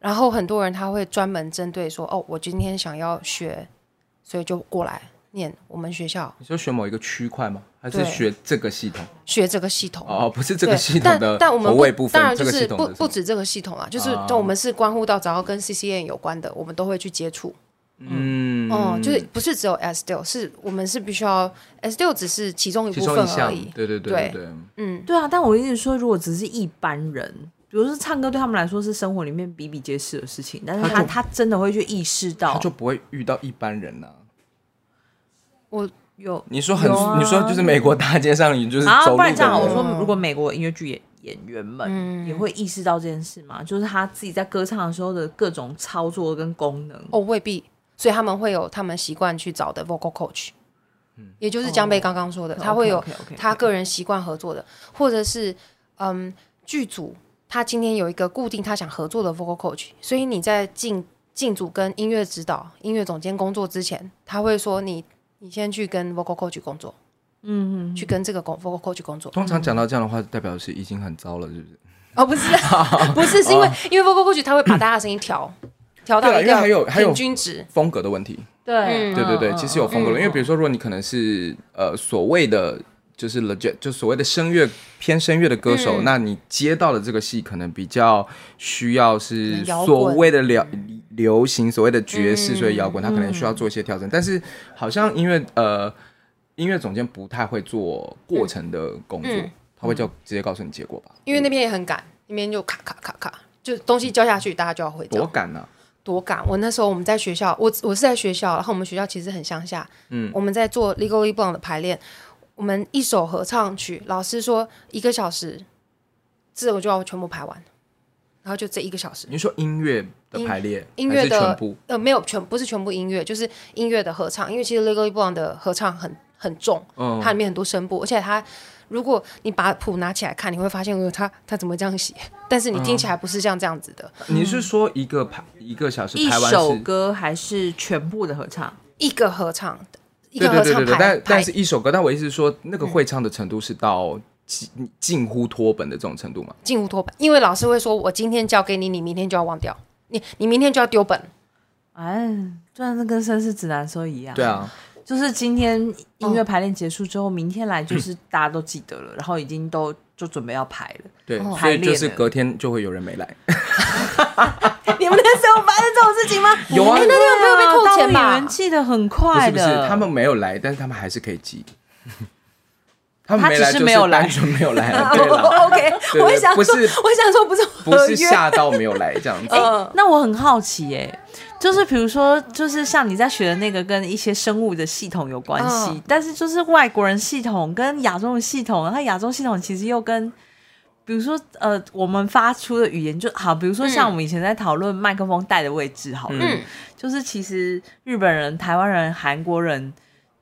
D: 然后很多人他会专门针对说，哦，我今天想要学，所以就过来念我们学校
A: 你说学某一个区块吗？还是
D: 对
A: 学这个系统？
D: 学这个系统。
A: 哦，不是这
D: 对，
A: 个系统的
D: 但但我们
A: 头
D: 不
A: 尾部分，
D: 当然
A: 这
D: 就
A: 个
D: 是
A: 系统
D: 不
A: 的
D: 不止这个系统啦，就是
A: 啊
D: 就我们是关乎到只要跟 CCN 有关的，我们都会去接触。
A: 嗯，
D: 哦、就是不是只有 S 六，是我们是必须要 S 六只是其中一
A: 其
D: 部
A: 中
D: 分
A: 一项
D: 而已，。
A: 对对对
D: 对
A: 对。
D: 嗯，
B: 对啊，但我一直说，如果只是一般人，比如说唱歌对他们来说是生活里面比比皆是的事情，但是
A: 他
B: 他
A: 就
B: 他真的会去意识到
A: 他就不会遇到一般人呐、
D: 我
B: 有
A: 你说很，
B: 有啊
A: 你说就是美国大街上，你就是
B: 啊，
A: 走路
B: 不
A: 的
B: 然
A: 人，
B: 这样好了，我
D: 嗯
B: 说如果美国音乐剧演演员们、也会意识到这件事
A: 嗯
B: 嘛，就是他自己在歌唱的时候的各种操作跟功能。
D: 哦未必，所以他们会有他们习惯去找的 vocal coach，嗯，也就是江贝刚刚说的，他会有
B: OK，OK，OK，OK
D: 他个人习惯合作的，或者是嗯剧组他今天有一个固定他想合作的 vocal coach，所以你在进进组跟音乐指导、音乐总监工作之前，他会说你你先去跟 vocal coach 工作，嗯嗯，去跟这个工 vocal coach 工作。
A: 通常讲到这样的话，代表是已经很糟了，是不是？
D: 哦，不是，不是，是因为因为 vocal coach 他会把大家的声音 调调到
A: 哦对啊
D: 一
A: 因为还有
D: 个
A: 还有
D: 平均值。
A: 风格的问题，
B: 对
A: 对对对，
B: 嗯
A: 其实有风格的，因为比如说，如果你可能是呃所谓的就是 legit，就所谓的声乐偏声乐的歌手，
D: 嗯
A: 那你接到的这个戏可能比较需要是
D: 摇滚嗯
A: 所谓的流流行，所谓的爵士，所以摇滚，他可能需要做一些调整，但是好像音乐呃音乐总监不太会做过程的工作，
D: 嗯
A: 他会叫直接告诉你结果吧，
D: 因为那边也很赶，那边就咔咔咔咔，就东西交下去，大家就要回家
A: 多，赶啊！
D: 多赶。我那时候我们在学校，我我是在学校，然后我们学校其实很乡下，嗯，我们在做 Legally Blonde 的排练，我们一首合唱曲，老师说一个小时，这我就要全部排完，然后就这一个小时，
A: 你说音乐的排列，
D: 音乐
A: 还是全
D: 的
A: 部
D: 呃没有全不是全部音乐，就是音乐的合唱，因为其实 Legally Blonde 的合唱很很重，
A: 嗯
D: 它里面很多声部，而且它如果你把谱拿起来看，你会发现呃它它怎么这样写，但是你听起来不是像这样子的，
A: 你是说一个排一个小时
B: 一
A: 排完
B: 首
A: 是？
B: 歌还是全部的合唱？
D: 一个合唱一
A: 对
D: 个
A: 对对
D: 合唱
A: 对对，
D: 排
A: 但
D: 排
A: 但是一首歌，但我意思是说，那
B: 嗯
A: 个会唱的程度是到近近乎脱本的这种程度嘛？
D: 进乌托本，因为老师会说我今天交给你，你明天就要忘掉，你你明天就要丢本，
B: 哎，就像那跟《绅士指南》说一样，
A: 对，啊，
B: 就是今天音乐排练结束之后，明天来就是大家都记得 了，然后已经都就准备要排了。
A: 对，所以
D: 哦
A: 就
B: 排
A: 是
B: 练了
A: 隔天就会有人没来。
B: 你们那时候发生这种事情吗？
A: 有啊
B: 哎那你有没有被
D: 扣钱吧
B: 演员记得很
A: 不
B: 快
A: 是不
B: 的，
A: 是，他们没有来，但是他们还是可以 记。他们
B: 他
A: 没
B: 只
A: 来
B: 是
A: 就
B: 没有来
A: 单纯没有 来 啊，对了，对
D: OK，我也 想
A: 不
D: 说，
A: 是
D: 我也想说不是
A: 不
D: 合
A: 是嗯
D: 约，嗯
B: 呃
A: 吓到没有来这样子。
B: 那我很好奇哎、就是比如说，就是像你在学的那个跟一些生物的系统有关系，
D: 嗯
B: 但是就是外国人系统跟亚洲人系统，它亚洲系统其实又跟。比如说，呃，我们发出的语言就好，比如说像
D: 嗯
B: 我们以前在讨论麦克风带的位置，好了，
A: 嗯
B: 就是其实日本人、台湾人、韩国人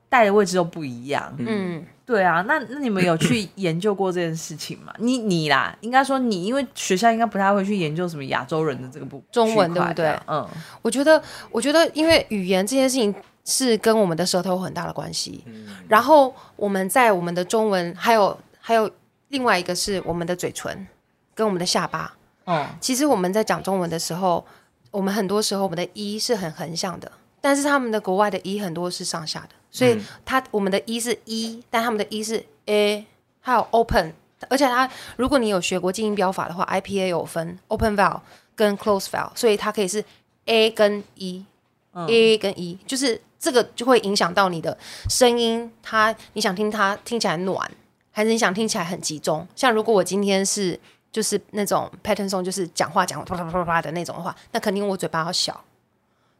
B: 带的位置都不一样，
D: 嗯，
B: 对啊，那那你们有 去研究过这件事情吗？你你啦，应该说你，因为学校应该不太会去研究什么亚洲人的这个部
D: 中文
B: 区块
D: 对不对
B: 啊嗯，
D: 我觉得，我觉得，因为语言这件事情是跟我们的舌头有很大的关系。然后我们在我们的中文，还有还有另外一个是我们的嘴唇跟我们的下巴。
B: 哦，
D: 其实我们在讲中文的时候，我们很多时候我们的一是很横向的，但是他们的国外的一很多是上下的，所以他我们的一是一，但他们的一是 a，还有 open，而且它如果你有学过静音标法的话，IPA 有分 open vowel 跟 close vowel，所以它可以是 a 跟一、
B: 嗯
D: a 跟一，就是这个就会影响到你的声音，它你想听它听起来暖，还是你想听起来很集中？像如果我今天是就是那种 pattern song，就是讲话讲啪啪啪啪啪的那种的话，那肯定我嘴巴要小。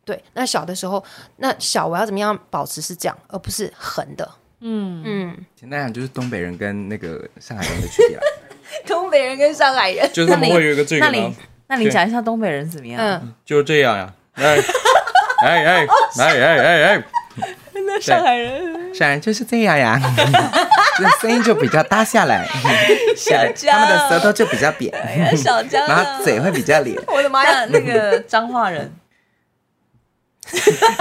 D: 对，那小的时候，那小我要怎么样保持是这样，而不是横的。嗯嗯，
A: 简单讲就是东北人跟那个上海人的区啊别啦，
C: 东北人跟上海人，
E: 就是他们会有一个这个
B: 那
E: 呢
B: 你，那你
E: 对
B: 讲一下东北人怎么样？
D: 嗯，
E: 就是这样呀， 哎哎哎哎哎哎哎，
B: 那
A: 上
B: 海人
A: 上海人就是这样 呀，这声音就比较搭下来，
C: 小
A: 对他们的舌头就比较扁，
C: 小
B: 啊
C: 江
A: 然 后嘴会比较咧。
C: 我的妈呀！
B: 那那个彰化人，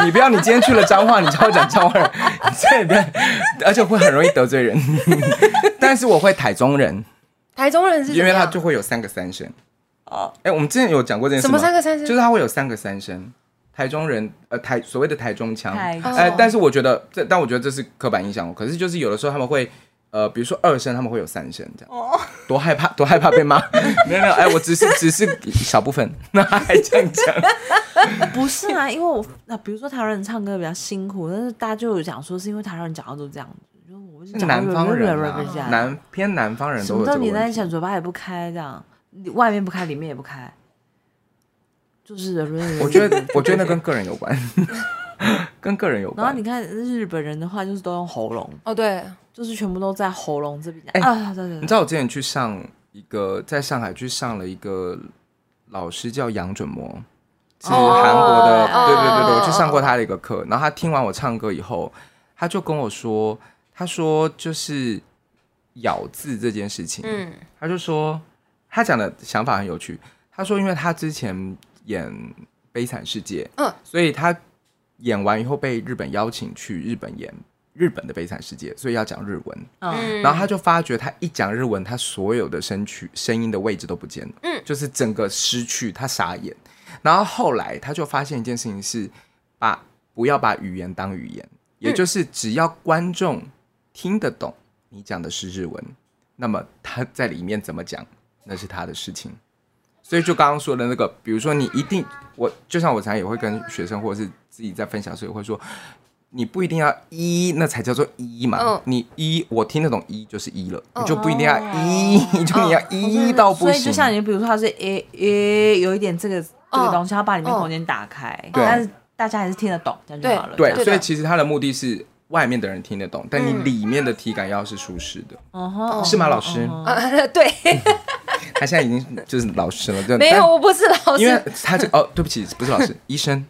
A: 你不要，你今天去了彰化，你教我讲彰化人，这边 而且会很容易得罪 人。但是我会台中人，
D: 台中人是
A: 因
D: 怎么
A: 为
D: 样
A: 他就会有三个三声。
C: 哦
A: 哦，哎，我们之前有讲过这件事
D: 什
A: 吗
D: 么？三个三声，
A: 就是他会有三个三声，台中人呃台所谓的台中腔，
B: 台
D: 哦
B: 中
A: 哎、但是我觉得这，但我觉得这是刻板印象哦。可是就是有的时候他们会。呃，比如说二声，他们会有三声这样，
C: 哦
A: 多害怕，多害怕被骂。没有没有，哎、我只是只是小部分，那还这样讲，哎
B: 不是啊，因为我那比如说台湾人唱歌比较辛苦，但是大家就有讲说是因为台湾人讲话都这样子，就我是讲话
A: 南方人、
B: 软软
A: 啊
B: 软软，
A: 南偏南方人
B: 什
A: 都有
B: 么
A: 这
B: 都
A: 个
B: 黏在
A: 问
B: 一
A: 题。
B: 起，嘴巴也不开，这样里外面不开，里面也不开，就是软软软
A: 我觉得，我觉得那跟个人有关，跟个人有
B: 然后
A: 关
B: 你。看日本人的话，就是都用喉咙，
D: 哦对，
B: 就是全部都在喉咙这边、
A: 哎
B: 啊，对对
A: 你
B: 对，
A: 知道我之前去上一个，在上海去上了一个老师叫杨准模，是韩国的，
D: 哦
A: 对对对对，
D: 哦
A: 我去上过他的一个课。然后他听完我唱歌以后，他就跟我说，他说就是咬字这件事情，
D: 嗯
A: 他就说他讲的想法很有趣。他说，因为他之前演《悲惨世界》，
D: 嗯，
A: 所以他演完以后被日本邀请去日本演日本的《悲惨世界》，所以要讲日文。
B: 嗯，
D: 嗯，
A: 啊然后他就发觉，他一讲日文，他所有的声区声音的位置都不见了，
D: 嗯
A: 就是整个失去，他傻眼。然后后来他就发现一件事情是，把不要把语言当语言，也
D: 嗯
A: 就是只要观众听得懂你讲的是日文，那么他在里面怎么讲，那是他的事情。所以就刚刚说的那个，比如说你一定，我就像我常常也会跟学生或者是自己在分享的时候也会说，你不一定要一，那才叫做一嘛。
B: 哦
D: 嗯
A: 你一，我听得懂一就是一了，
D: 嗯
A: 你就不一定要一，你就你要一到不
B: 哦所以
A: 行。
B: 就像你，比如说他是诶诶，有一点这个这个
D: 哦
B: 东西，他把里面
D: 哦
B: 空间打开，
A: 对
B: 但是大家还是听得懂，这样就好了。
A: 对
B: 这样，
D: 的
A: 所以其实它的目的是外面的人听得懂，但你里面的体感要是舒适的，
B: 嗯
D: 哦
B: 哼，
A: 是吗？
B: 嗯哼
A: 老师，
D: 啊 对，
A: 他现在已经就是老师了，对
D: 没有，
A: 但
D: 我不是老
A: 因为
D: 师，
A: 他这哦，对不起，不是老 师，医生。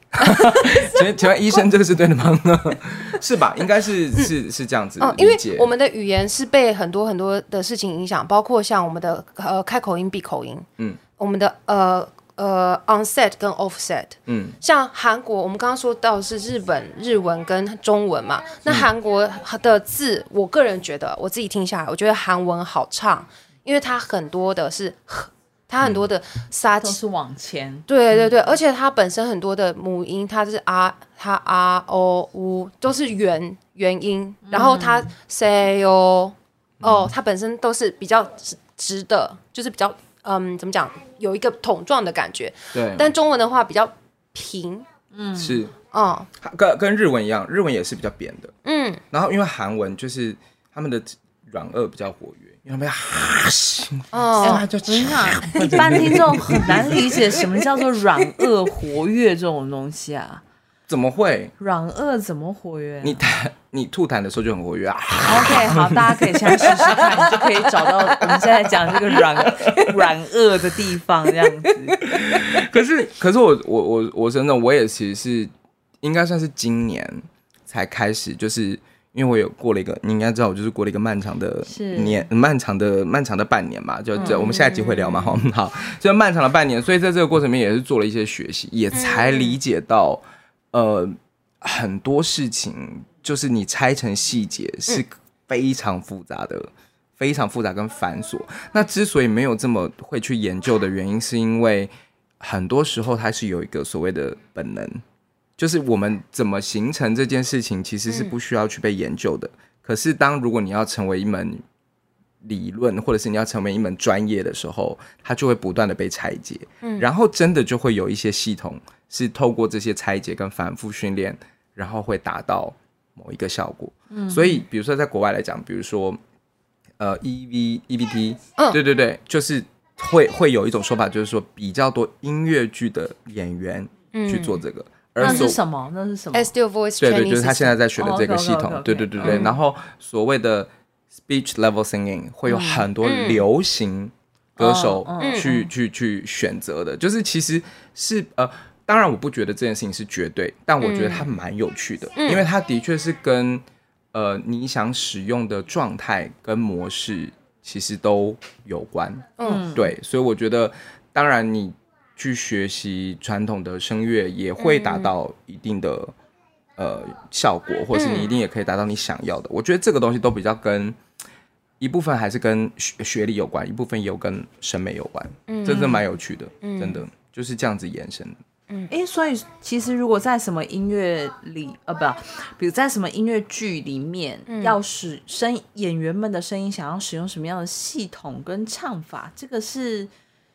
A: 请请问医生这个是对的吗？ 是吧？应该是是是这样子
D: 哦，因为
A: 理解
D: 我。们的语言是被很多很多的事情影响，包括像我们的呃开口音、闭口音，
A: 嗯，
D: 我们的呃呃 onset 跟 offset，
A: 嗯，
D: 像韩国，我们刚刚说到是日本日文跟中文嘛，
A: 嗯
D: 那韩国的字，我个人觉得我自己听下来，我觉得韩文好唱，因为它很多的是呵，它很多的
A: 嗯
D: 杀
B: 都
D: 气
B: 是 往前，
D: 对对对，而且它本身很多的母音，它是啊，它啊哦呜都是元元音，然后
A: 嗯
D: 它 say 哦哦，它本身都是比较直直的，就是比较嗯怎么讲，有一个桶状的感觉。
A: 对，
D: 但中文的话比较平，
A: 是
D: 嗯
A: 跟跟日文一样，日文也是比较扁的。
D: 嗯
A: 然后因为韩文就是他们的软腭比较活跃，因为他们要
D: 哦，
A: 他就
B: 我跟你讲，一般听众很难理解什么叫做软腭活跃这种东西啊。
A: 怎么会？
B: 软腭怎么活跃啊、
A: 你痰你吐痰的时候就很活跃啊，
B: OK 好，大家可以先试试看，你就可以找到我们现在讲这个软软腭的地方，这样子。
A: 可是可是我我我我真的我也其实是应该算是今年才开始，就是因为我有过了一个，你应该知道我就是过了一个漫长的
B: 是
A: 年，漫长的漫长的半年吧，就这、我们下一集会聊嘛， 好好，就漫长的半年，所以在这个过程里面也是做了一些学习，也才理解到、呃很多事情就是你拆成细节是非常复杂的。非常复杂跟繁琐。那之所以没有这么会去研究的原因，是因为很多时候它是有一个所谓的本能，就是我们怎么形成这件事情，其实是不需要去被研究的。可是当如果你要成为一门理论，或者是你要成为一门专业的时候，它就会不断的被拆解，然后真的就会有一些系统是透过这些拆解跟反复训练，然后会达到某一个效果。所以比如说在国外来讲，比如说呃 EV EVT，、
D: 嗯
A: 对对对，就是会会有一种说法，就是说比较多音乐剧的演员去做这个，而
B: 那
A: 所
B: 是什么？那是什么
D: S t i l 嗯 Voice
A: 对对，就
D: Training
A: 是他现
D: System，
A: 在在学的这个系统，
B: 哦，OK，OK，OK，OK，
A: 对对对对。然后所谓的 speech level singing 会有很多流行歌手
B: 嗯
A: 去、去去选择的，就是其实是呃，当然我不觉得这件事情是绝对，但我觉得它蛮有趣的，因为它的确是跟呃你想使用的状态跟模式其实都有关。
D: 嗯
A: 对，所以我觉得，当然你去学习传统的声乐，也会达到一定的、呃效果，或是你一定也可以达到你想要的。我觉得这个东西都比较跟一部分还是跟学学历有关，一部分也有跟审美有关，嗯、这真的蛮有趣的，真的就是这样子延伸的。
B: 诶，所以其实如果在什么音乐里，呃，不，比如在什么音乐剧里面，要使声演员们的声音想要使用什么样的系统跟唱法，这个是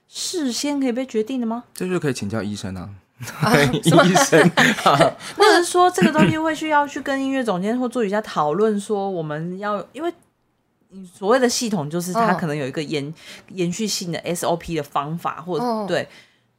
B: 事先可以被决定的吗？
A: 这就可以请教医生啊， 医生，啊
B: 或者是说这个东西会需要去跟音乐总监或作曲家讨论，说我们要因为。你所谓的系统，就是它
D: 嗯
B: 可能有一个延、延续性的 SOP 的方法，或、
D: 嗯
B: 对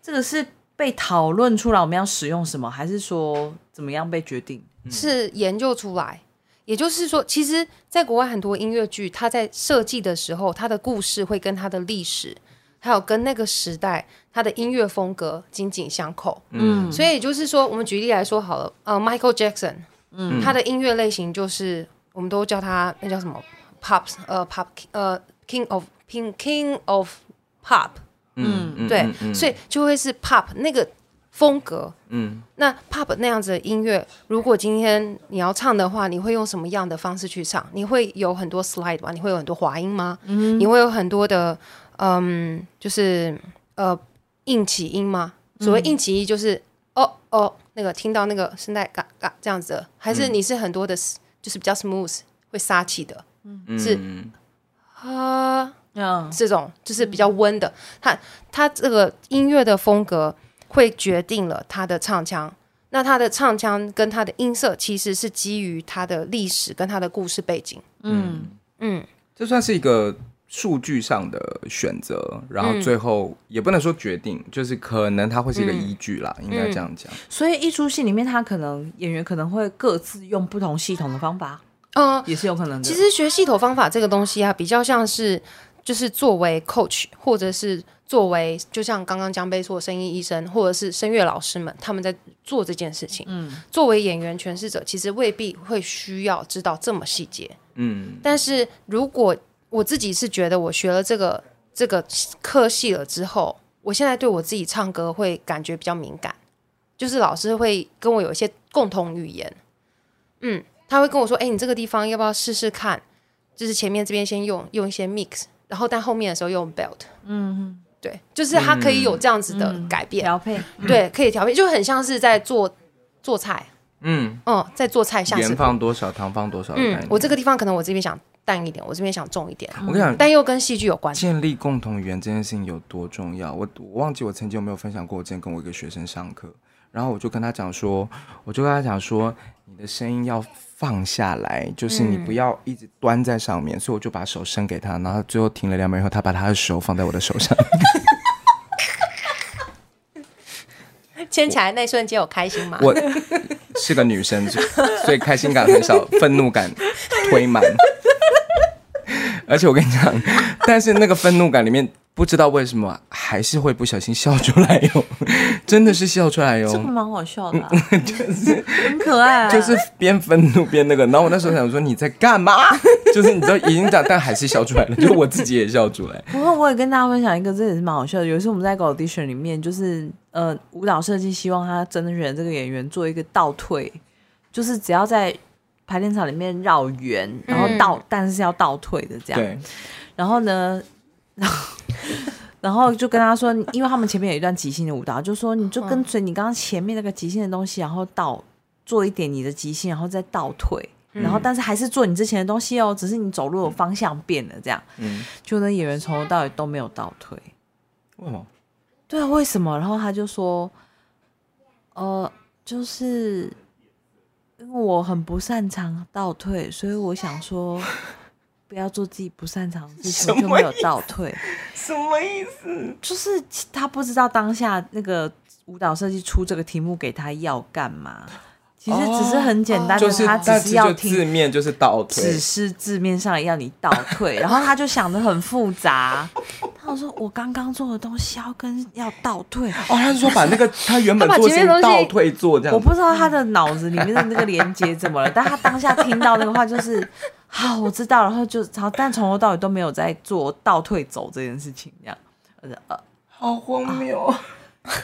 B: 这个是被讨论出来我们要使用什么，还是说怎么样被决定？
D: 是研究出来。也就是说，其实，在国外很多音乐剧，它在设计的时候，它的故事会跟它的历史，还有跟那个时代它的音乐风格紧紧相扣。
B: 嗯，
D: 所以也就是说，我们举例来说好了，呃，Michael Jackson，嗯，他的音乐类型就是我们都叫他那叫什么 pop，呃 pop，呃 king of king king of pop，
A: 嗯，嗯
D: 对，
A: 嗯嗯
D: 所以就会是 pop 那个风格。
A: 嗯
D: 那 pop 那样子的音乐，如果今天你要唱的话，你会用什么样的方式去唱？你会有很多 slide 吗？你会有很多滑音吗？
A: 嗯
D: 你会有很多的嗯，就是呃硬起音吗？
A: 嗯
D: 所谓硬起音就是、哦哦，那个听到那个声带嘎嘎这样子的，还是你是很多的，就是比较 smooth 会杀气的
A: 嗯
D: 是
A: 嗯
D: 啊。
A: 呃
B: 嗯，
D: 这种就是比较温的，它它这个音乐的风格会决定了它的唱腔。那它的唱腔跟它的音色其实是基于它的历史跟它的故事背景。
A: 这算是一个数据上的选择，然
D: 嗯
A: 后最后、也不能说决定，就是可能它会是一个依据
D: 嗯
A: 啦，应该这样讲。
B: 所以一出戏里面，他可能演员可能会各自用不同系统的方法，
D: 嗯，
B: 也是有可能的。
D: 其实学系统方法这个东西啊，比较像是就是作为 coach 或者是作为就像刚刚江贝说的声音医生或者是声乐老师们他们在做这件事情。嗯，作为演员诠释者，其实未必会需要知道这么细节。
A: 嗯
D: 但是如果我自己是觉得我学了这个这个科系了之后，我现在对我自己唱歌会感觉比较敏感，就是老师会跟我有一些共同语言，嗯，他会跟我说，哎、你这个地方要不要试试看？就是前面这边先用用一些 mix，然后但后面的时候用 belt，嗯，对，就是他可以有这样子的改变，
B: 嗯调配，
D: 对，可以调配，就很像是在做做菜，
A: 嗯，
D: 嗯，在做菜像
A: 盐
D: 是，
A: 放多少，糖放多少的概念。
D: 嗯，我这个地方可能我这边想淡一点，我这边想重一点，
A: 我跟你讲，
D: 但又跟戏剧有关。
A: 建立共同语言这件事情有多重要？我我忘记我曾经有没有分享过，我之前跟我一个学生上课，然后我就跟他讲说，我就跟他讲说，你的声音要放下来，就是你不要一直端在上面。所以我就把手伸给他，然后最后停了两秒以后，他把他的手放在我的手上。
D: 牵起来那一瞬间有开心吗？
A: 我是个女生，所以开心感很少，愤怒感 推满。而且我跟你讲，但是那个愤怒感里面，不知道为什么还是会不小心笑出来哟， 真的是笑出来哟。
B: 这个蛮好 笑的、啊，就是很可爱、啊，
A: 就是边愤怒边那个，然后我那时候想说你在干嘛？ 就是你知道已经讲，但还是笑出来了，就我自己也笑出来。
B: 不过我也跟大家分享一个，这也是蛮好笑的。有一次我们在搞 audition 里面，就是呃舞蹈设计希望他真的选这个演员做一个倒退，就是只要在排练场里面绕圆，然后倒，但是要倒退的这样。
A: 对，
B: 然后呢，然后然后就跟他说，因为他们前面有一段即兴的舞蹈，就说你就跟随你刚刚前面那个即兴的东西，然后倒做一点你的即兴，然后再倒退，然后但是还是做你之前的东西哦，只是你走路的方向变了这样。
A: 嗯，
B: 就那演员从头到尾都没有倒退，
A: 为什么？
B: 对啊，为什么？然后他就说，呃，就是因为我很不擅长倒退，所以我想说。不要做自己不擅长的事情，我就没有倒退。
A: 什么意思？
B: 就是他不知道当下那个舞蹈设计出这个题目给他要干嘛，其实只是很简单的，
A: 就是
B: 他只
A: 但
B: 哦是
A: 就字
B: 要听，
A: 面就是倒退
B: 只，是字面上要你倒退， 然后他就想的很复杂。他说：“我刚刚做的东西要跟要倒退，
A: 哦，他是说把那个他原本
D: 他把
A: 做的
D: 前面
A: 事情
D: 东西
A: 倒退做这样
B: 我
A: 子，
B: 不知道他的脑子里面的那个连接怎么了，但他当下听到那个话就是，好，我知道，然后就，然后但从头到尾都没有在做倒退走这件事情，这样，呃，
A: 好荒谬哦。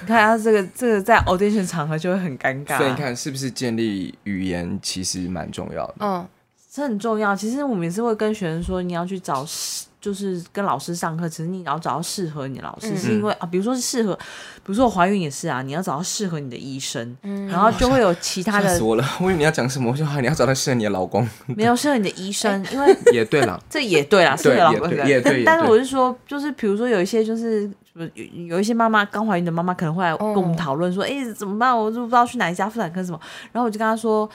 B: 你看他这个这个在 audition 场合就会很尴尬，
A: 所以你看，是不是建立语言其实蛮重要的？
D: 嗯，
B: 这很重要。其实我们也是会跟学生说，你要去找适，就是跟老师上课，其实你要找到适合你的老师，是因为
A: 嗯
B: 啊，比如说是适合，比如说我怀孕也是啊，你要找到适合你的医生，然后就会有其他
A: 吓
B: 的
A: 死我了！我以为你要讲什么，我说啊，你要找到适合你的老公。
B: 没有适合你的医生，因为
A: 也对啦，
B: 这也对啦，适
A: 对
B: 合老公
A: 也对
B: 的
A: 也对也
B: 但但是
A: 对
B: 我是说，就是比如说有一些就是。有有一些妈妈刚怀孕的妈妈可能会来跟我们
D: 哦
B: 讨论说，哎、
A: 嗯
B: 怎么办？我都不知道去哪一家妇产科什么。然后我就跟她说，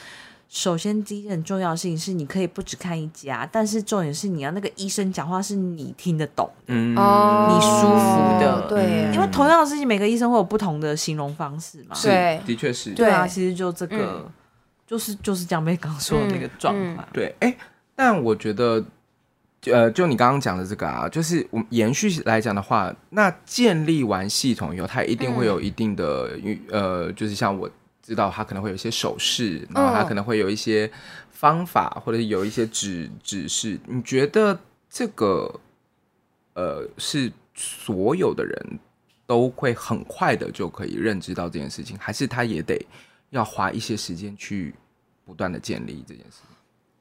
B: 首先第一件很重要的事情是，你可以不只看一家，但是重点是你要那个医生讲话是你听得懂，
A: 嗯，
D: 哦，
B: 你舒服的
D: 对
A: 嗯
D: 耶，
B: 因为同样的事情每个医生会有不同的形容方式嘛。
A: 是
D: 对
A: 的确是，
D: 对
B: 啊，其实就这个，就是就是江妹刚说的那个
A: 嗯
B: 状况。
A: 对，哎，但我觉得，呃，就你刚刚讲的这个啊，就是我们延续来讲的话，那建立完系统以后，它一定会有一定的，因呃，就是像我知道，它可能会有一些手势，然后它
D: 嗯
A: 可能会有一些方法，或者是有一些指指示。你觉得这个，呃，是所有的人都会很快的就可以认知到这件事情，还是他也得要花一些时间去不断的建立这件事？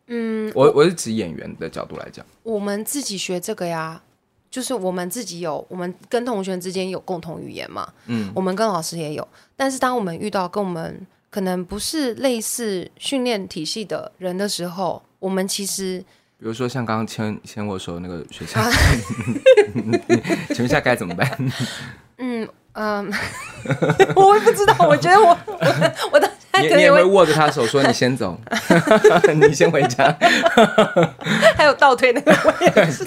D: 嗯，
A: 我我是指演员的角度来讲，
D: 我们自己学这个呀，就是我们自己有，我们跟同学之间有共同语言嘛，
A: 嗯，
D: 我们跟老师也有，但是当我们遇到跟我们可能不是类似训练体系的人的时候，我们其实
A: 比如说像刚刚牵牵我手的那个学生，
D: 啊
A: 请问一下该怎么 办？
D: 嗯嗯，
C: 我也不知道，我觉得我
D: 我当下
A: 你
D: 哎可
A: 你
D: 能
A: 也
D: 也
A: 会
D: 会
A: 握着他的手说你先走， 你先回家。
D: 还有倒退那个我也是，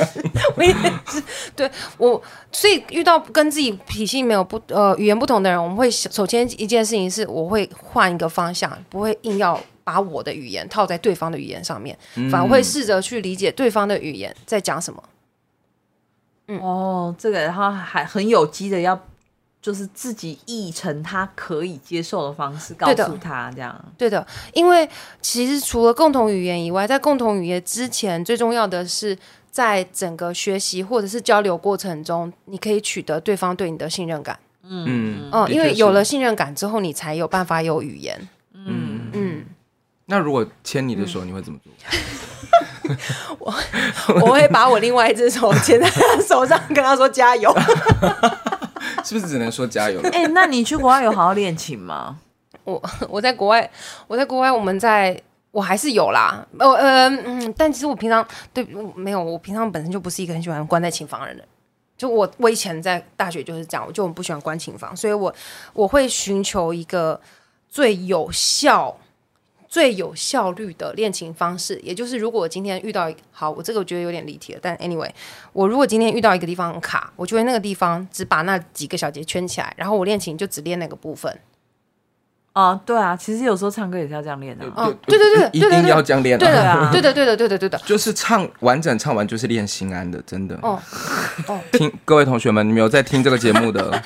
D: 我也是，对我，所以遇到跟自己体系没有不呃语言不同的人，我们会首先一件事情是，我会换一个方向，不会硬要把我的语言套在对方的语言上面，
A: 嗯
D: 反而会试着去理解对方的语言在讲什么。
B: 哦，这个然后还很有机的要，就是自己译成他可以接受的方式告
D: 对的
B: 诉他这样。
D: 对的，因为其实除了共同语言以外，在共同语言之前，最重要的是在整个学习或者是交流过程中，你可以取得对方对你的信任感。
A: 嗯
C: 哦
D: 嗯，
A: 的
D: 因
A: 确
D: 为
A: 是
D: 有了信任感之后，你才有办法有语言。
A: 嗯，
D: 嗯，
A: 那如果牵你的手，你会怎么做？
C: 我会把我另外一只手牵在他手上，跟他说加油。
A: 是不是只能说加油？
B: 哎、那你去国外有好好练琴吗？
D: 我 我在国外，我在国外，我们在我还是有啦。呃呃嗯，但其实我平常对我没有，我平常本身就不是一个很喜欢关在琴房的人。就我我以前在大学就是这样，我就很不喜欢关琴房，所以我我会寻求一个最有效、最有效率的练琴方式。也就是，如果我今天遇到一好，我这个我觉得有点离题了，但 anyway，我如果今天遇到一个地方很卡，我就会那个地方只把那几个小节圈起来，然后我练琴就只练那个部分。
B: 啊，对啊，其实有时候唱歌也是要这样练的、
D: 哦对对对
A: 一
D: 对对
A: 定
D: 对
A: 要这样练啊。
D: 对的
B: 啊，
D: 对的，对的，对的，对的。
A: 就是唱完整唱完就是练心安的，真的。
D: 哦哦
A: 听各位同学们，你们有在听这个节目 的，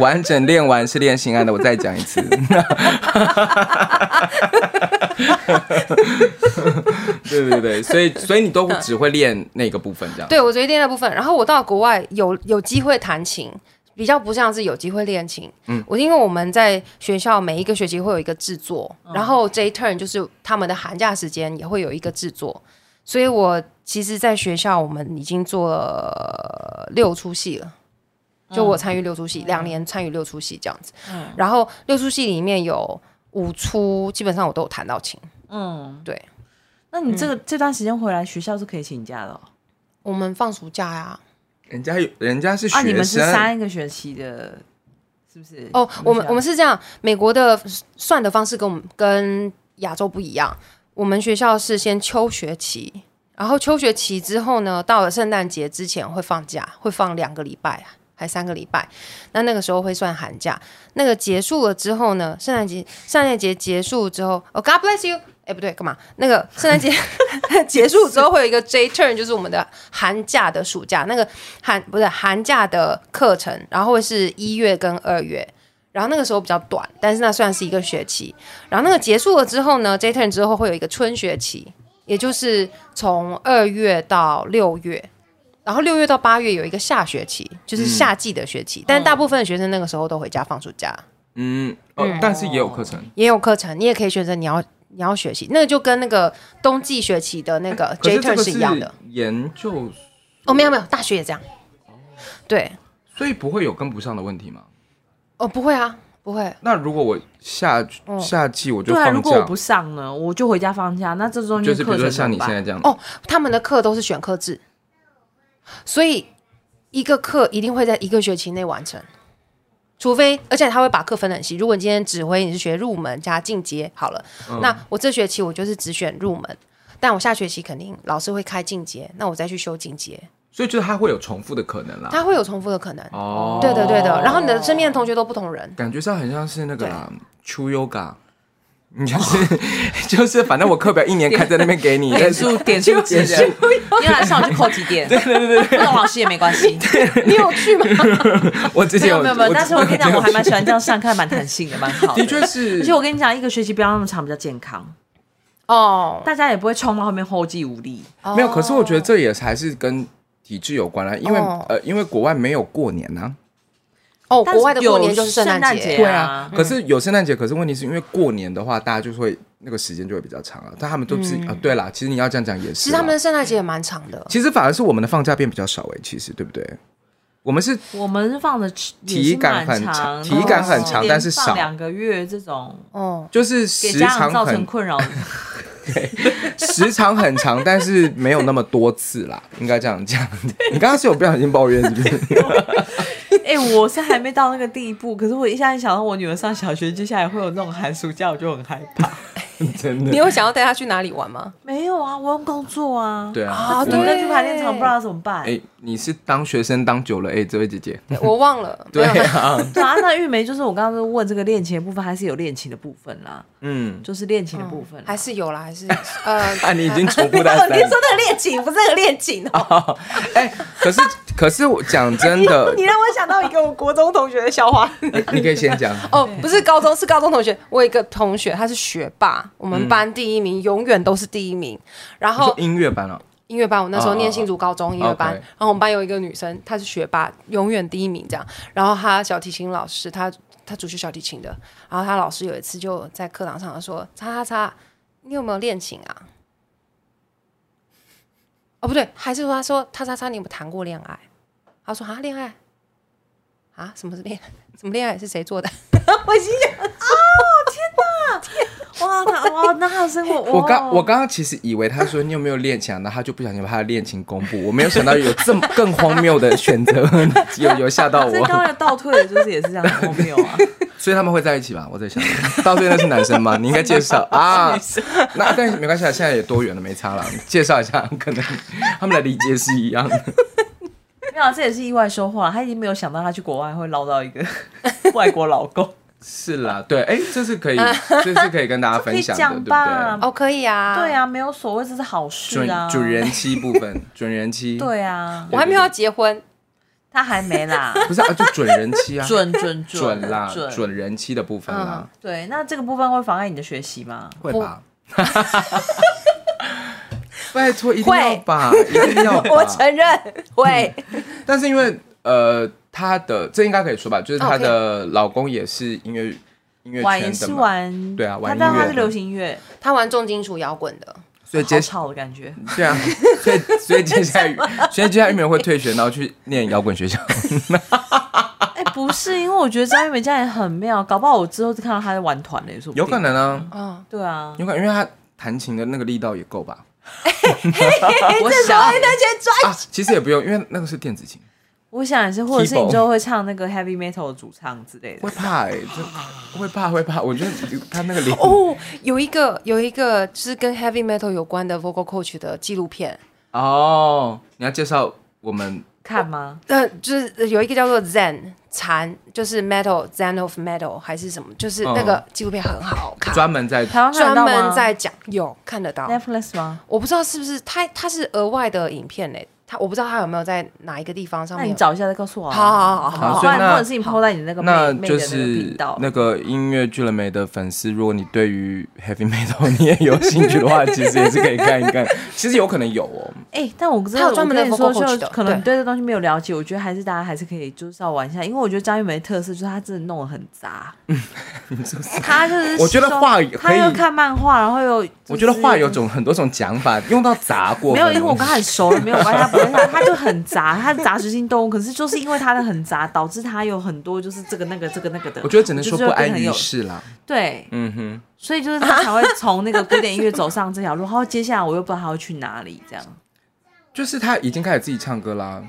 A: 完整练完是练心安的，我再讲一次。对对对，所以所以你都只会练那个部分这样。
D: 对我只会练那部分。然后我到国外有有机会弹琴，比较不像是有机会练琴。嗯，我因为我们在学校每一个学期会有一个制作，然后这一 turn 就是他们的寒假时间也会有一个制作，所以我其实，在学校我们已经做了六出戏了。就我参与六出戏，两年参与六出戏这样子，然后六出戏里面有五出，基本上我都有弹到琴。
B: 嗯，
D: 对。
B: 那你这
D: 嗯
B: 个、这段时间回来学校是可以请假的、哦、
D: 我们放暑假呀、
A: 人家有人家是
B: 啊？你
A: 学
B: 们是
A: 生，
B: 三个学期的，是不是？
D: 哦，我们
B: 是啊
D: 我们是这样，美国的算的方式跟我们跟亚洲不一样。我们学校是先秋学期，然后秋学期之后呢，到了圣诞节之前会放假，会放两个礼拜还三个礼拜。那那个时候会算寒假。那个结束了之后呢，圣诞节圣诞节结束之后，哦、g o d bless you。哎，不对，干嘛？那个圣诞节结束之后会有一个 J turn，就是我们的寒假的暑假，那个寒不是寒假的课程，然后会是一月跟二月，然后那个时候比较短，但是那算是一个学期。然后那个结束了之后呢，J turn 之后会有一个春学期，也就是从二月到六月，然后六月到八月有一个夏学期，就是夏季的学期。但大部分的学生那个时候都回家放暑假，
A: 嗯，哦，但是也有课程。
D: 也有课程，你也可以选择你要你要学习，那个就跟那个冬季学期的那个
A: 可
D: J
A: 是这
D: turn
A: 个
D: 是一样的。，
A: 研究，
D: 哦，没有没有，大学也这样。对，
A: 所以不会有跟不上的问题吗？
D: 哦，不会啊，不会。
A: 那如果我下
D: 哦
A: 夏季我就
B: 对啊，
A: 放
B: 如果我
A: 假
B: 不，上呢，我就回家放假。那这中
A: 就
B: 间
A: 是比
B: 课
A: 如说
B: 程
A: 像你
B: 怎么
A: 现在
B: 办
A: 这样，
D: 哦他们的课都是选课制，所以一个课一定会在一个学期内完成，除非而且他会把课分得很细。如果你今天指挥你是学入门加进阶好了，那我这学期我就是只选入门，但我下学期肯定老师会开进阶，那我再去修进阶，
A: 所以就是它会有重复的可能啦。
D: 它会有重复的可能。
A: 哦，
D: 对的，对的。然后你的身边的同学都不同人，
A: 感觉上很像是那个啦出 yoga，你就是就是， 反正我课表一年开在那边给你，但
B: 点
A: 是
B: 数点数几人，你要来上我就扣几点，对对对，不懂老师也没关系。
D: 你有去吗？
A: 我之
B: 没
A: 前
B: 有没有没有，但是我跟 你讲，我还蛮喜欢这样上课，蛮弹性的，蛮好
A: 的确
B: 而
A: 是
B: 且，我跟你讲，一个学期不要那么长，比较健康，
D: 哦，
B: 大家也不会冲到后面后继无力。
A: 没有。可是我觉得这也还是跟体制有关啦，因为
D: 哦
A: 呃，因为国外没有过年呐，
D: 哦，
B: 但是
D: 国外的过年就是
B: 有圣
D: 圣
B: 诞
D: 诞
B: 节
D: 节
B: 对
A: 对
B: 啊
A: 啊。可是有圣诞节，可是问题是因为过年的话，大家就是会那个时间就会比较长啊。但他们都是
B: 嗯
A: 啊，对啦，其实你要这样讲也
D: 其
A: 是
D: 实
A: 啦。
D: 他们的圣诞节也蛮长的。
A: 其实反而是我们的放假变比较少哎，其实对不对？我们是
B: 我们放的也
A: 体
B: 是
A: 感
B: 蛮
A: 很
B: 长，
A: 长体
D: 感很
A: 长
B: 连
A: 但是
B: 放
A: 少
B: 两个月这种，
D: 哦，
A: 就是
B: 给
A: 时
B: 家长
A: 长
B: 造成
A: 很
B: 困扰。
A: 时长很长，但是没有那么多次啦， 应该这样讲。你刚刚是有不小心抱怨是不是？
B: 哎、我是还没到那个地步，可是我一下子想到我女儿上小学，接下来会有那种寒暑假，我就很害怕。
A: 真
D: 你
A: 的。
D: 有想要带他去哪里玩 吗？
B: 没有啊，我要工作啊。
A: 对啊，
D: 啊，
B: 我要
D: 对，
B: 去排练场，不知道怎么办。
A: 哎、你是当学生当久了，哎、这位姐姐，
D: 我忘了。
A: 对
D: 没有
A: 啊，
B: 对啊，那玉梅就是我刚刚问这个恋情的部分，还是有恋情的部分啦，
A: 嗯，
B: 就是恋情的
D: 哦
B: 部分啦、
D: 还是有啦， 还是呃，
A: 啊，你已经重复到
D: 哦
A: 三
D: 你
A: 次
D: 说，那个恋情不是那个恋情哦，
A: 哎、可是可是我讲真的，呃
C: 你让我想到一个我国中同学的笑话，
A: 你可以先讲，
D: 哦，不是高中，是高中同学。我有一个同学，他是学霸，我们班第一名，永远都是第一名。然
A: 你说
D: 后
A: 音乐班哦，
D: 音乐班，我那时候念新竹高中音乐班，
A: 哦哦哦
D: 然后我们班有一个女生，她是学霸，永远第一名这样。然后她小提琴老师，她她主修小提琴的，然后她老师有一次就在课堂上说：“叉叉叉，你有没有练琴啊？”哦，不对，还是说她说：“叉叉叉，你有没有谈过恋爱？”她说：“啊，恋爱 啊，什么是恋爱？什么恋爱是谁做的？”我心想：“哦，天
B: 哇，他哇，那他的生活，
A: 我刚
B: 哇
A: 我刚刚其实以为他说你有没有恋情啊，然后他就不小心把他的恋情公布，我没有想到有这么更荒谬的选择，有有吓到
B: 这刚
A: 我，
B: 才倒退的就是也是这样荒谬 啊，
A: 所以他们会在一起吧？我在想，到最后那是男生吗？你应该介 绍啊，那但没关系啊，现在也多元了，没差了，介绍一下，可能他们的理解是一样的。
B: 没有啊，这也是意外收获啊，他已经没有想到他去国外会捞到 一个外国老公，
A: 是啦，对，哎、这是 可以，这是可以跟大家分享的，
B: 这可以讲
A: 对不
B: 吧
A: 对？
D: 哦，可以啊，
B: 对，啊，没有所谓，这是好事
A: 准
B: 啊，
A: 准人妻部分，准人妻，，
B: 对啊，
D: 我还没有要结婚，
B: 他还没 啦，
A: 不是啊，就准人妻啊，
B: 准准
A: 准啦，
B: 准嗯
A: 准人妻的部分啦，
B: 对，那这个部分会妨碍你的学习吗？
A: 会吧？ 拜托，一定要
D: 会
A: 吧，一定要 吧。
D: 我承认会，
A: 嗯但是因为呃，她的这应该可以说吧，就是她
D: OK
A: 的老公也是音乐音乐
B: 玩
A: 圈
B: 也
A: 的
B: 是
A: 嘛，
B: 玩，
A: 对啊玩
B: 他知道
A: 音乐
B: 他是
A: 的
B: 流行音乐，
D: 他玩重金属摇滚的，
A: 所以
B: 好
A: 接下
B: 吵的感觉。
A: 对啊，所以所以接 下来，所以接下来玉梅会退学，然后去念摇滚学校。
B: 哎， 不是，因为我觉得张玉梅这样也很妙，搞不好我之后就看到她在玩团了，也说不定
A: 有可。能啊，
D: 嗯，
B: 对啊，
A: 有可能，因为他弹琴的那个力道也够吧？
B: 我想，欸
A: 啊，其实也不用，因为那个是电子琴，
B: 我想也是，或者是
A: Keyboard
B: 你之后会唱那个 heavy metal 的主唱之类的
A: 会。怕 哎、这会怕会怕。我觉得他那个
B: 嗯
A: 脸，
D: 哦，有一个有一个就是跟 heavy metal 有关的 vocal coach 的纪录片，
A: 哦，你要介绍我们
B: 看吗？
D: 呃，就是有一个叫做 Zen 禅，就是 metal Zen of metal 还是什么，就是那个纪录片很好看，
A: 专门在
B: 台湾嗯看得
D: 专
B: 到吗
D: 门在讲有看得到，
B: Netflix 吗？
D: 我不知道是不是它它是额外的影片嘞，它我不知道它有没有在哪一个地方上
B: 那
D: 面
B: 你
D: 有。
B: 找一下再告诉我啊。
D: 好好好好
A: 好
B: 不
A: 所以
B: 然
A: 那
B: 或者是你 PO 在你那个妹
A: 那
B: 妹的
A: 就
B: 那个
A: 是
B: 频道。
A: 那个音乐剧了没的粉丝，如果你对于 heavy metal 你也有兴趣的话，其实也是可以看一看。 其实有可能有哦，
B: 哎、但我真
D: 他
B: 的
D: 有专门的
B: 我跟你说，
D: vocal coach
B: 就
D: 的
B: 可能你
D: 对
B: 对这东西没有了解，我觉得还是大家还是可以就是稍微玩一下，因为我觉得张玉梅的特色就是她真的弄得很 杂，她就是
A: 我觉得
B: 说
A: 话也可
B: 她
A: 以
B: 又看漫画，然后又、
A: 我觉得话有
B: 就是
A: 种很多种讲法，用到砸过
B: 没
A: 分了。
B: 有，因为我跟她很熟了，没有关系，她不会她她就很杂，她是杂食性动物，可是就是因为她的很杂，导致她有很多就是这个那个这个那个的，
A: 我觉得只能说
B: 就
A: 不
B: 是会变
A: 安
B: 得很
A: 于
B: 有
A: 世啦。
B: 对，
A: 嗯哼，
B: 所以就是她才会从那个古典音乐走上这条路，然后接下来我又不知道她会去哪里这样。
A: 就是他已经开始自己唱歌啦。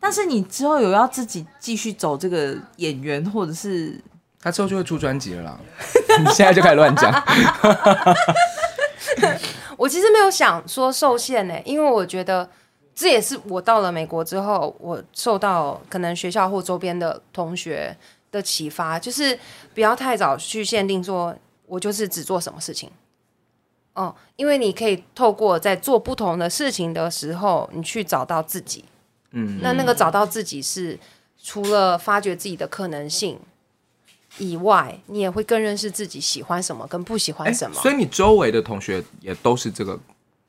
B: 但是你之后有要自己继续走这个演员，或者是
A: 他之后就会出专辑了 啦。你现在就开始乱讲，
D: 我其实没有想说受限呢、因为我觉得这也是我到了美国之后，我受到可能学校或周边的同学的启发，就是不要太早去限定说我就是只做什么事情。哦，因为你可以透过在做不同的事情的时候，你去找到自己。
A: 嗯，
D: 那那个找到自己是除了发掘自己的可能性以外，你也会更认识自己喜欢什么跟不喜欢什么。
A: 哎所以你周围的同学也都是这个，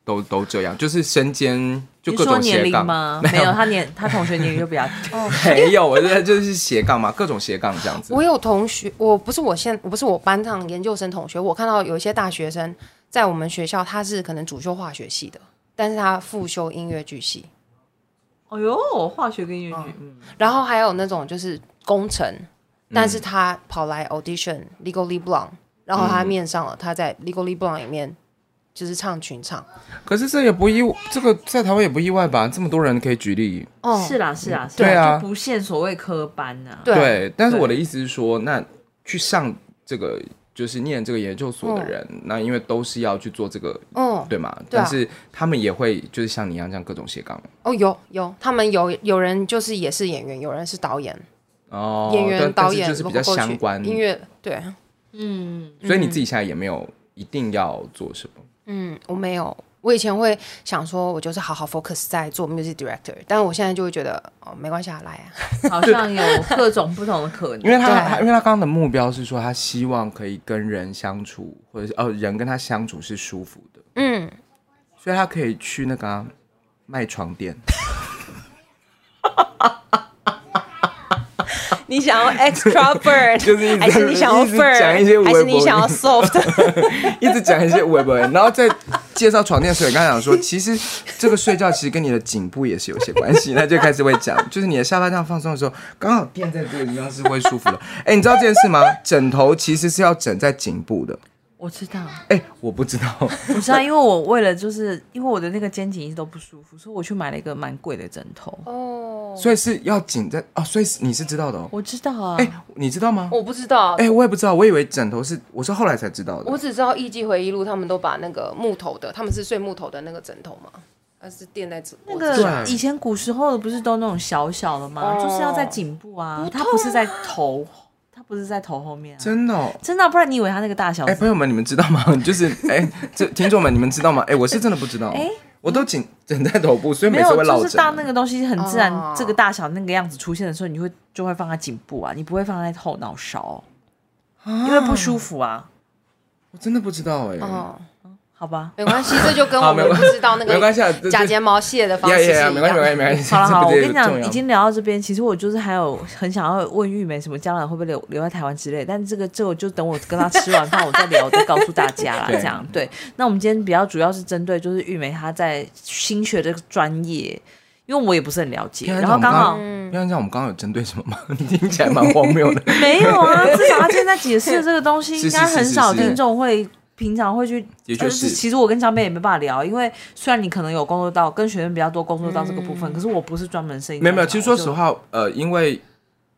A: 都都这样，就是身兼就
B: 你
A: 各
B: 说
A: 种
B: 年
A: 斜
B: 龄
A: 杠
B: 吗？没有，他年他同学年龄就比较 低。哦
A: 没有，我觉得 就是斜杠嘛，各种斜杠这样子。
D: 我有同学，我不是我现我不是我班上研究生同学，我看到有一些大学生在我们学校，他是可能主修化学系的，但是他复修音乐剧系，
B: 哦呦，化学跟音
D: 哦
B: 乐剧，嗯，
D: 然后还有那种就是工程，
A: 嗯
D: 但是他跑来 audition Legally Blonde，然后他面上
A: 嗯
D: 了，他在 Legally Blonde 里面就是唱群唱，
A: 可是这也不意，这个在台湾也不意外吧？这么多人可以举例，
D: 哦，
B: 是啦是啦，是
A: 对
B: 啦，
A: 啊
B: 就不限所谓科班啊呐。
D: 对
A: 但是
B: 对
A: 我的意思是说，那去上这个就是念这个研究所的人，那因为都是要去做这个，
D: 嗯，
A: 对吗？
D: 对啊
A: 但是他们也会就是像你一样这样各种斜杠
D: 哦，有有，他们有有人就是也是演员，有人是导演，
A: 哦，
D: 演员、
A: 但
D: 导
A: 但
D: 演
A: 是就是比较
D: vocal coach，
A: 相关
D: 音乐，对，
B: 嗯，
A: 所以你自己现在也没有一定要做什么。
D: 嗯，我没有。我以前会想说，我就是好好 focus 在做 music director，但我现在就会觉得，哦，没关系啊，来啊，
B: 好像有各种不同的可
A: 因
B: 能。
A: 为他
D: 对
A: 他因为他刚刚的目标是说，他希望可以跟人相处，或者是哦人跟他相处是舒服的，
D: 嗯，
A: 所以他可以去那个啊、卖床垫。
C: 你想要 extra bird，
A: 就是一直
C: 还是你想要
A: 一直讲一些
C: fur，
A: 微
C: 还
A: 博
C: 是你想要 soft？
A: 一直讲一些微博，然后在介绍床垫的时候，也刚才讲说，其实这个睡觉其实跟你的颈部也是有些关系。那就开始会讲，就是你的下巴这样放松的时候，刚好垫在这个地方是会舒服的。 哎、你知道这件事吗？枕头其实是要枕在颈部的。
B: 我知道，
A: 哎、我不知道，
B: 不是啊，因为我为了就是因为我的那个肩颈一直都不舒服，所以我去买了一个蛮贵的枕头。
D: 哦，
A: 所以是要紧在哦，所以是你是知道的哦。
B: 我知道啊，
A: 哎、你知道吗？
D: 我不知道
A: 哎、，我也不知道，我以为枕头是，我是后来才知道的
D: 我。只知道《艺伎回忆录》他们都把那个木头的，他们是睡木头的那个枕头嘛，而是垫在枕
B: 那
D: 脖子上
B: 个
A: 对
B: 以前古时候的不是都那种小小的吗？
D: 哦
B: 就是要在颈部啊，它不是在头，它不是在头后面啊。
A: 真的、哦，
B: 真的啊、不然你以为它那个大小
A: 哎、
B: 是？
A: 朋友们，你们知道吗？就是哎、这听众们，你们知道吗？哎、我是真的不知道，
B: 哎
A: 我都紧枕在头部，所以
B: 没
A: 每次
B: 有
A: 会，落
B: 就
A: 枕。
B: 是当那个东西很自然，
D: 哦
B: 这个大小那个样子出现的时候，你会就会放在颈部啊，你不会放在后脑勺，因为不舒服啊。
A: 我真的不知道哎、
D: 哦，
B: 好吧，
D: 没关系，这就跟
A: 好
D: 我们
A: 没
D: 不
A: 关
D: 知道那
A: 没关
D: 个
A: 系啊，这
D: 假
A: 这
D: 睫毛卸的方
A: 呀
D: 式是一
A: 呀呀，
D: 样
A: 没关系，没关系，没关系。
B: 好了
A: 这
B: 好了，
A: 不
B: 我
A: 是
B: 跟你讲
A: 重，要
B: 已经聊到这边，其实我就是还有很想要问玉梅什么将来会不会留留在台湾之类，但这个这个我就等我跟她吃完饭我再聊，我再告诉大家啦。
A: 对
B: 这样对，那我们今天比较主要是针对就是玉梅她在新学这个专业，因为我也不是很了解，
A: 天啊
B: 然后刚好
A: 我。们刚要让我们刚刚有针对什么吗？听起来蛮荒谬的。
B: 没有啊， 至少他现在解释的这个东西，
A: 是是
B: 应该很少
A: 是是是
B: 听众会平常会去。
A: 的确
B: 呃
A: 是
B: 其实我跟江贝也没办法聊，因为虽然你可能有工作到跟学生比较多工作到这个部分，可是我不是专门生意。
A: 嗯没有没有，其实说实
B: 话，
A: 话，呃，因为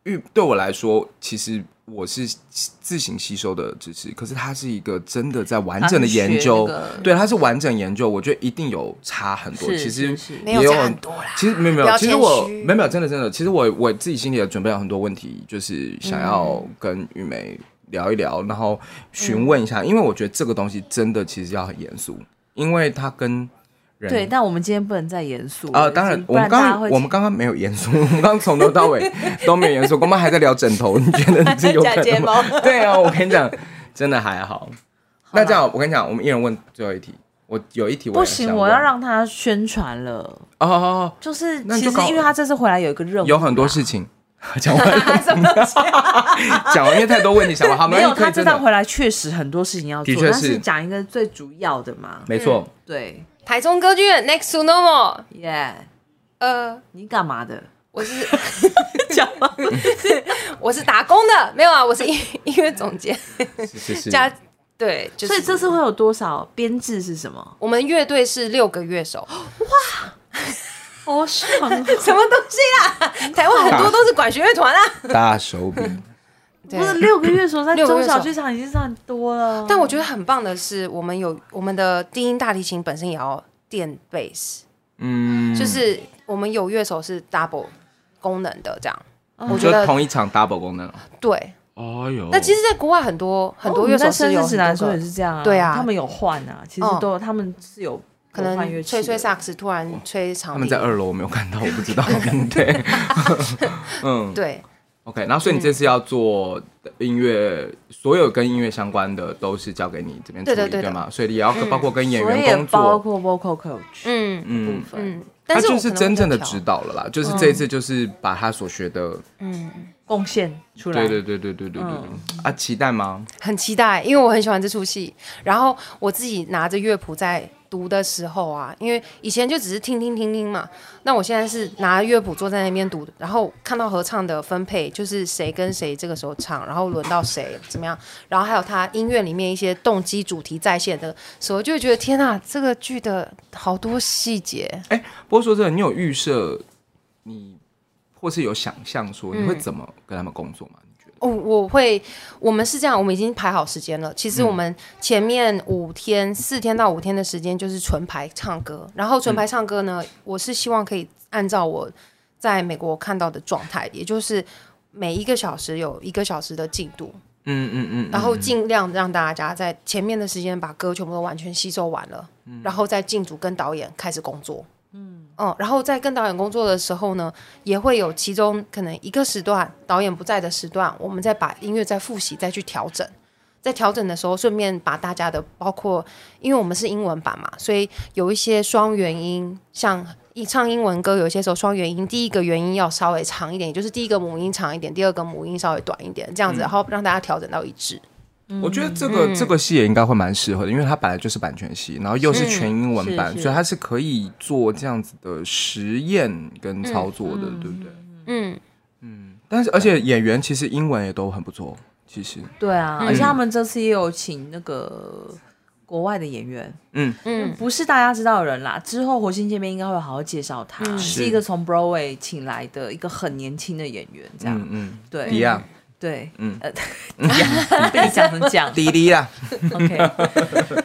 A: 玉对我来说，其实我是自行吸收的知识，可是它是一个真的在完整的研究，
B: 他是学那个
A: 对，它是完整研究，我觉得一定有差很多。
B: 是
A: 其实
B: 是是
A: 也
D: 没有差
A: 很
D: 很多啦。
A: 其实没有没
D: 不
A: 有，
D: 要
A: 其实
D: 谦
A: 我
D: 虚
A: 没有没有，真的真的，其实我我自己心里也准备了很多问题，就是想要跟玉
B: 嗯
A: 梅聊一聊，然后询问一下，因为我觉得这个东西真的其实要很严肃，因为它跟人
B: 对，但我们今天不能再严肃
A: 啊、
B: 了
A: 当然，
B: 不
A: 我们
B: 大
A: 刚
B: 家
A: 刚
B: 会
A: 我们刚刚没有严肃， 我们刚刚从头到尾都没有严肃，我们还在聊枕头，你觉得 你是有可
C: 假睫
A: 能
C: 毛
A: 吗？对啊，我跟你讲，真的还好。那这样，我跟你讲，我们一人问最后一题。我有一题我也
B: 不行，
A: 想
B: 我
A: 问
B: 要让他宣传了。
A: 哦哦哦，
B: 就是
A: 那你
B: 其
A: 就
B: 实
A: 搞
B: 因为他这次回来有一个任务，
A: 有很多事 情讲完了，讲完因为太多问题想完，好，
B: 没
A: 关
B: 有
A: 系可
B: 他
A: 以
B: 这
A: 真
B: 趟
A: 的，
B: 回来确实很多事情要做，
A: 的确
B: 但
A: 是
B: 是讲一个最主要的嘛。
A: 没错，
B: 对
D: 台中歌剧院 Next to Normal，
B: 耶
D: 呃，
B: 你干 嘛的？
D: 我是讲吗？我是打工的，没有啊，我是 音音乐总监
A: 是是是，
D: 嗯加对，就
B: 所以
D: 是
B: 这次会有多少编制是什么？
D: 我们乐队是六个乐手，
B: 哦，是吗？
D: 什么东西 啦？台湾很多都是管弦乐团啊，
A: 大手笔，
D: 对
B: 不是六个月所在
D: 六个
B: 中
D: 月
B: 小
D: 手
B: 剧场已经是很多了，
D: 但我觉得很棒的是，我们有我们的低音大提琴本身也要垫 bass，、
A: 嗯，
D: 就是我们有乐手是 double 功能的这样。我
A: 就
D: 觉得
A: 同一场 double 功能，
D: 对。
A: 哎呦，
D: 那其实，在国外很多很多乐
B: 哦
D: 手
B: 在
D: 是
B: 生
D: 有
B: 日指南
D: 很
B: 说
D: 多
B: 也
D: 个，
B: 是这样啊，
D: 对啊
B: 他们有换啊，其实
D: 嗯
B: 都有他们是有
D: 可
B: 有换乐
D: 能
B: 器的
D: 吹吹萨克斯突然吹长
A: 他们在
D: 笛
A: 二楼，我没有看到，我不知 道，对，嗯
D: 对
A: ，OK，然后所以你这次要做音乐，所有跟音乐相关的都是交给你这边处
D: 对的
A: 理，
D: 对的
A: 对吗？所以也要包括跟演
B: 所以
A: 员
B: 也
A: 工作，
B: 包括 vocal coach
D: 嗯
B: 部
A: 嗯。
B: 分，
D: 嗯，
A: 他
D: 但是
A: 就
D: 我
A: 是
D: 可能
A: 真
D: 会嗯
A: 正的
D: 比较
A: 指
D: 挑
A: 导了啦，就是这一次就是把他所学的，
B: 贡献出来。
A: 对对对对对对对对
D: 嗯
A: 啊，期待吗？
D: 很期待，因为我很喜欢这出戏。然后我自己拿着乐谱在读的时候啊，因为以前就只是听听听听嘛，那我现在是拿乐谱坐在那边读，然后看到合唱的分配，就是谁跟谁这个时候唱，然后轮到谁怎么样，然后还有他音乐里面一些动机、主题再现的时候，就会觉得天啊，这个剧的好多细节。
A: 哎、不过说真的，你有预设你或是有想象说你会怎么跟他们工作吗？你觉得？
D: 哦，我会，我们是这样，我们已经排好时间了。其实我们前面五天、四天到五天的时间就是纯排唱歌，然后纯排唱歌呢，我是希望可以按照我在美国看到的状态，也就是每一个小时有一个小时的进度，
A: 嗯嗯嗯。
D: 然后尽量让大家在前面的时间把歌全部都完全吸收完了，然后再进组跟导演开始工作。嗯然后在跟导演工作的时候呢，也会有其中可能一个时段导演不在的时段，我们再把音乐再复习，再去调整。在调整的时候，顺便把大家的包括，因为我们是英文版嘛，所以有一些双元音，像一唱英文歌，有些时候双元音，第一个元音要稍微长一点，也就是第一个母音长一点，第二个母音稍微短一点，这样子，然后让大家调整到一致。
A: 我觉得这
D: 嗯
A: 个、这个戏也应该会蛮适合的，因为它本来就是版权戏，然后又是全英文版，
B: 是是
A: 所以它是可以做这样子的实验跟操作的，对不对？
D: 嗯，
A: 但是而且演员其实英文也都很不错，其实，
B: 对
D: 嗯
B: 啊，而且他们这次也有请那个国外的演员，
A: 嗯，
D: 嗯
B: 不是大家知道的人啦。之后火星见面应该会好好介绍
D: 嗯
B: 他，
A: 是
B: 是一个从 Broadway 请来的一个很年轻的演员，
D: 啊
B: 这样、
A: 嗯嗯，
B: 对
D: 哎
A: 迪亚，
B: 对，
A: 嗯
B: 嗯， 被你讲成这样
A: 迪迪啦，
B: ，OK。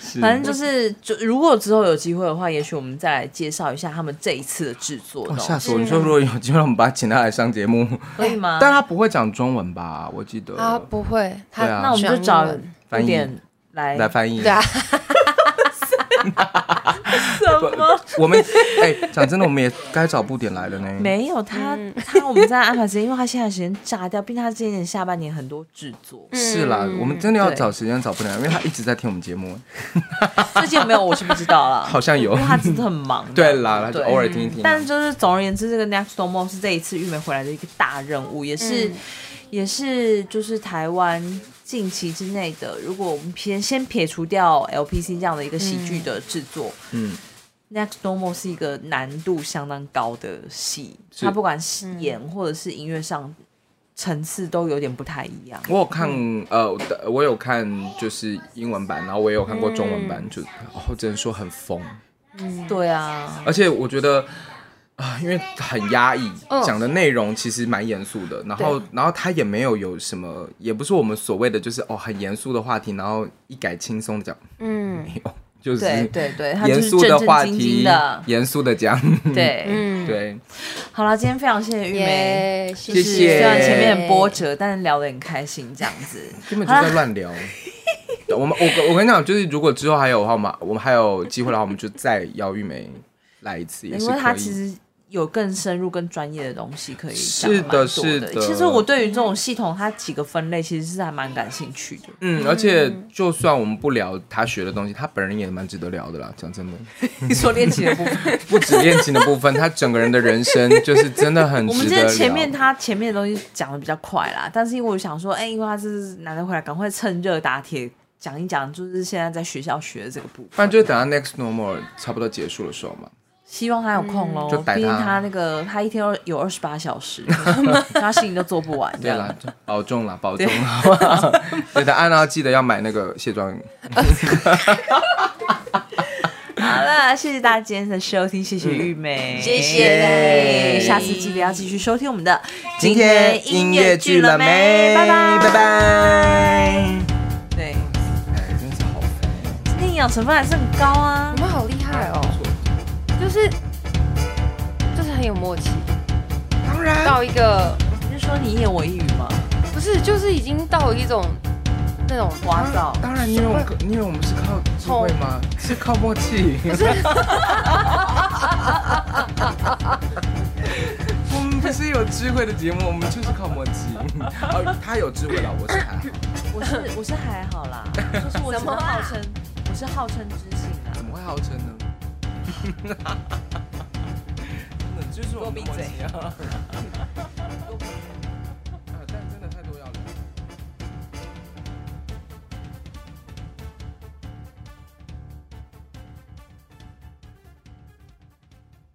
A: 是
B: 反正就是，就如果之后有机会的话，也许我们再来介绍一下他们这一次的制
D: 哦
B: 作
A: 哇
B: 东西，
A: 哦吓死我！你说如果有机会，我们把他请他来上节目，
B: 可以吗？
A: 但他不会讲中文吧？我记得
D: 啊，不会，
A: 对
D: 他
A: 啊
B: 那我们就找
A: 翻
B: 一
A: 译
B: 点来
A: 来翻译
D: 对啊，
B: 什么？
A: 我们哎，讲真的，我们也该找布点来了呢。
B: 没有他，他我们在安排时间，因为他现在时间炸掉，并且他今年下半年很多制作。
A: 是啦，我们真的要
B: 嗯对
A: 找时间找布点来，因为他一直在听我们节目，
B: 最近有没有我是不知道啦，
A: 好像
B: 因
A: 有
B: 为。他真的很忙。
A: 对啦，他就
B: 对
A: 偶尔听一听。啊
B: 但就是总而言之，这个 Next d o m o 是这一次玉梅回来的一个大任务，也是、也是就是台湾近期之内的。如果我们先先撇除掉 LPC 这样的一个喜剧的制作，
A: 嗯，
B: Next Normal 是一个难度相当高的戏，
A: 是
B: 它不管是演或者是音乐上层次都有点不太一样。
A: 我有看，呃，我的我有看就是英文版，然后我也有看过中文
B: 嗯
A: 版，就哦，只能说很疯，
B: 对啊，
A: 而且我觉得。啊，因为很压抑，
D: 嗯
A: 讲的内容其实蛮严肃的，然后，然后他也没有有什么，也不是我们所谓的就是哦很严肃的话题，然后一改轻松的讲，
D: 嗯
A: 没有，就是
B: 对对对，它就
A: 严
B: 是
A: 肃
B: 正
A: 的话
B: 正经
A: 题嗯
B: 经的，。
A: 严肃的讲，
B: 对，
D: 嗯，
A: 对，
B: 好啦，今天非常谢谢玉梅。
D: 耶，谢
A: 谢
B: 就是虽然
A: 谢
B: 前面很波折，但是聊得很开心，这样子。
A: 根本就
B: 啊
A: 在乱聊。我们我我跟你讲，就是如果之后还有的话，我们我们还有机会的话，我们就再邀玉梅来一次， 也是
B: 因为
A: 可
B: 他啊其
A: 以。
B: 实有更深入、更专业的东西可以讲
A: 是的
B: 蛮多的。
A: 是的
B: 其实我对于这种系统，它几个分类其实是还蛮感兴趣 的。
A: 嗯，而且就算我们不聊他学的东西，他本人也蛮值得聊的啦。讲真的，
B: 你说练习 的部分，
A: 不止恋情的部分，他整个人的人生就是真的很
B: 我们
A: 值
B: 之
A: 得
B: 前
A: 聊。
B: 前面他前面的东西讲的比较快啦，但是因为我想说，哎、因为他是难得回来，赶快趁热打铁讲一讲，就是现在在学校学的这个部分。
A: 不然就等到 next normal 差不多结束的时候嘛。
B: 希望他有空喽
A: 嗯就，逮
B: 毕竟
A: 他
B: 他那个他一天有二十八 小时，他事情都做不完。这
A: 对
B: 样
A: 啦，就保重啦，保重啦，好不好？ 对的，安娜记得要买那个卸妆
B: 好了，谢谢大家今天的收听，谢谢玉梅，
C: 谢谢
B: 下次记得要继续收听我们的
A: 今天音乐剧了没？
B: 拜拜，
A: 拜。拜。
B: 对，
A: 哎，真是好烦。
B: 今天营养成分还是很高啊
D: 我。们好厉害哦，就是就是很有默契，
A: 当然，
D: 到一个
B: 你是说你一言我一语吗？
D: 不是就是已经到一种那种
B: 哇操！
A: 当然，你以为我们你以为我们是靠智慧吗？是靠默 契。我们不是有智慧的节目，我们就是靠默契。哦，他有智慧了，我是还好。
B: 我是我是还好啦，就是我只
D: 什
B: 是
D: 么啊
B: 号称我是号称知性啦。
A: 怎么会号称 呢？真的，就是我们的默契啊。 啊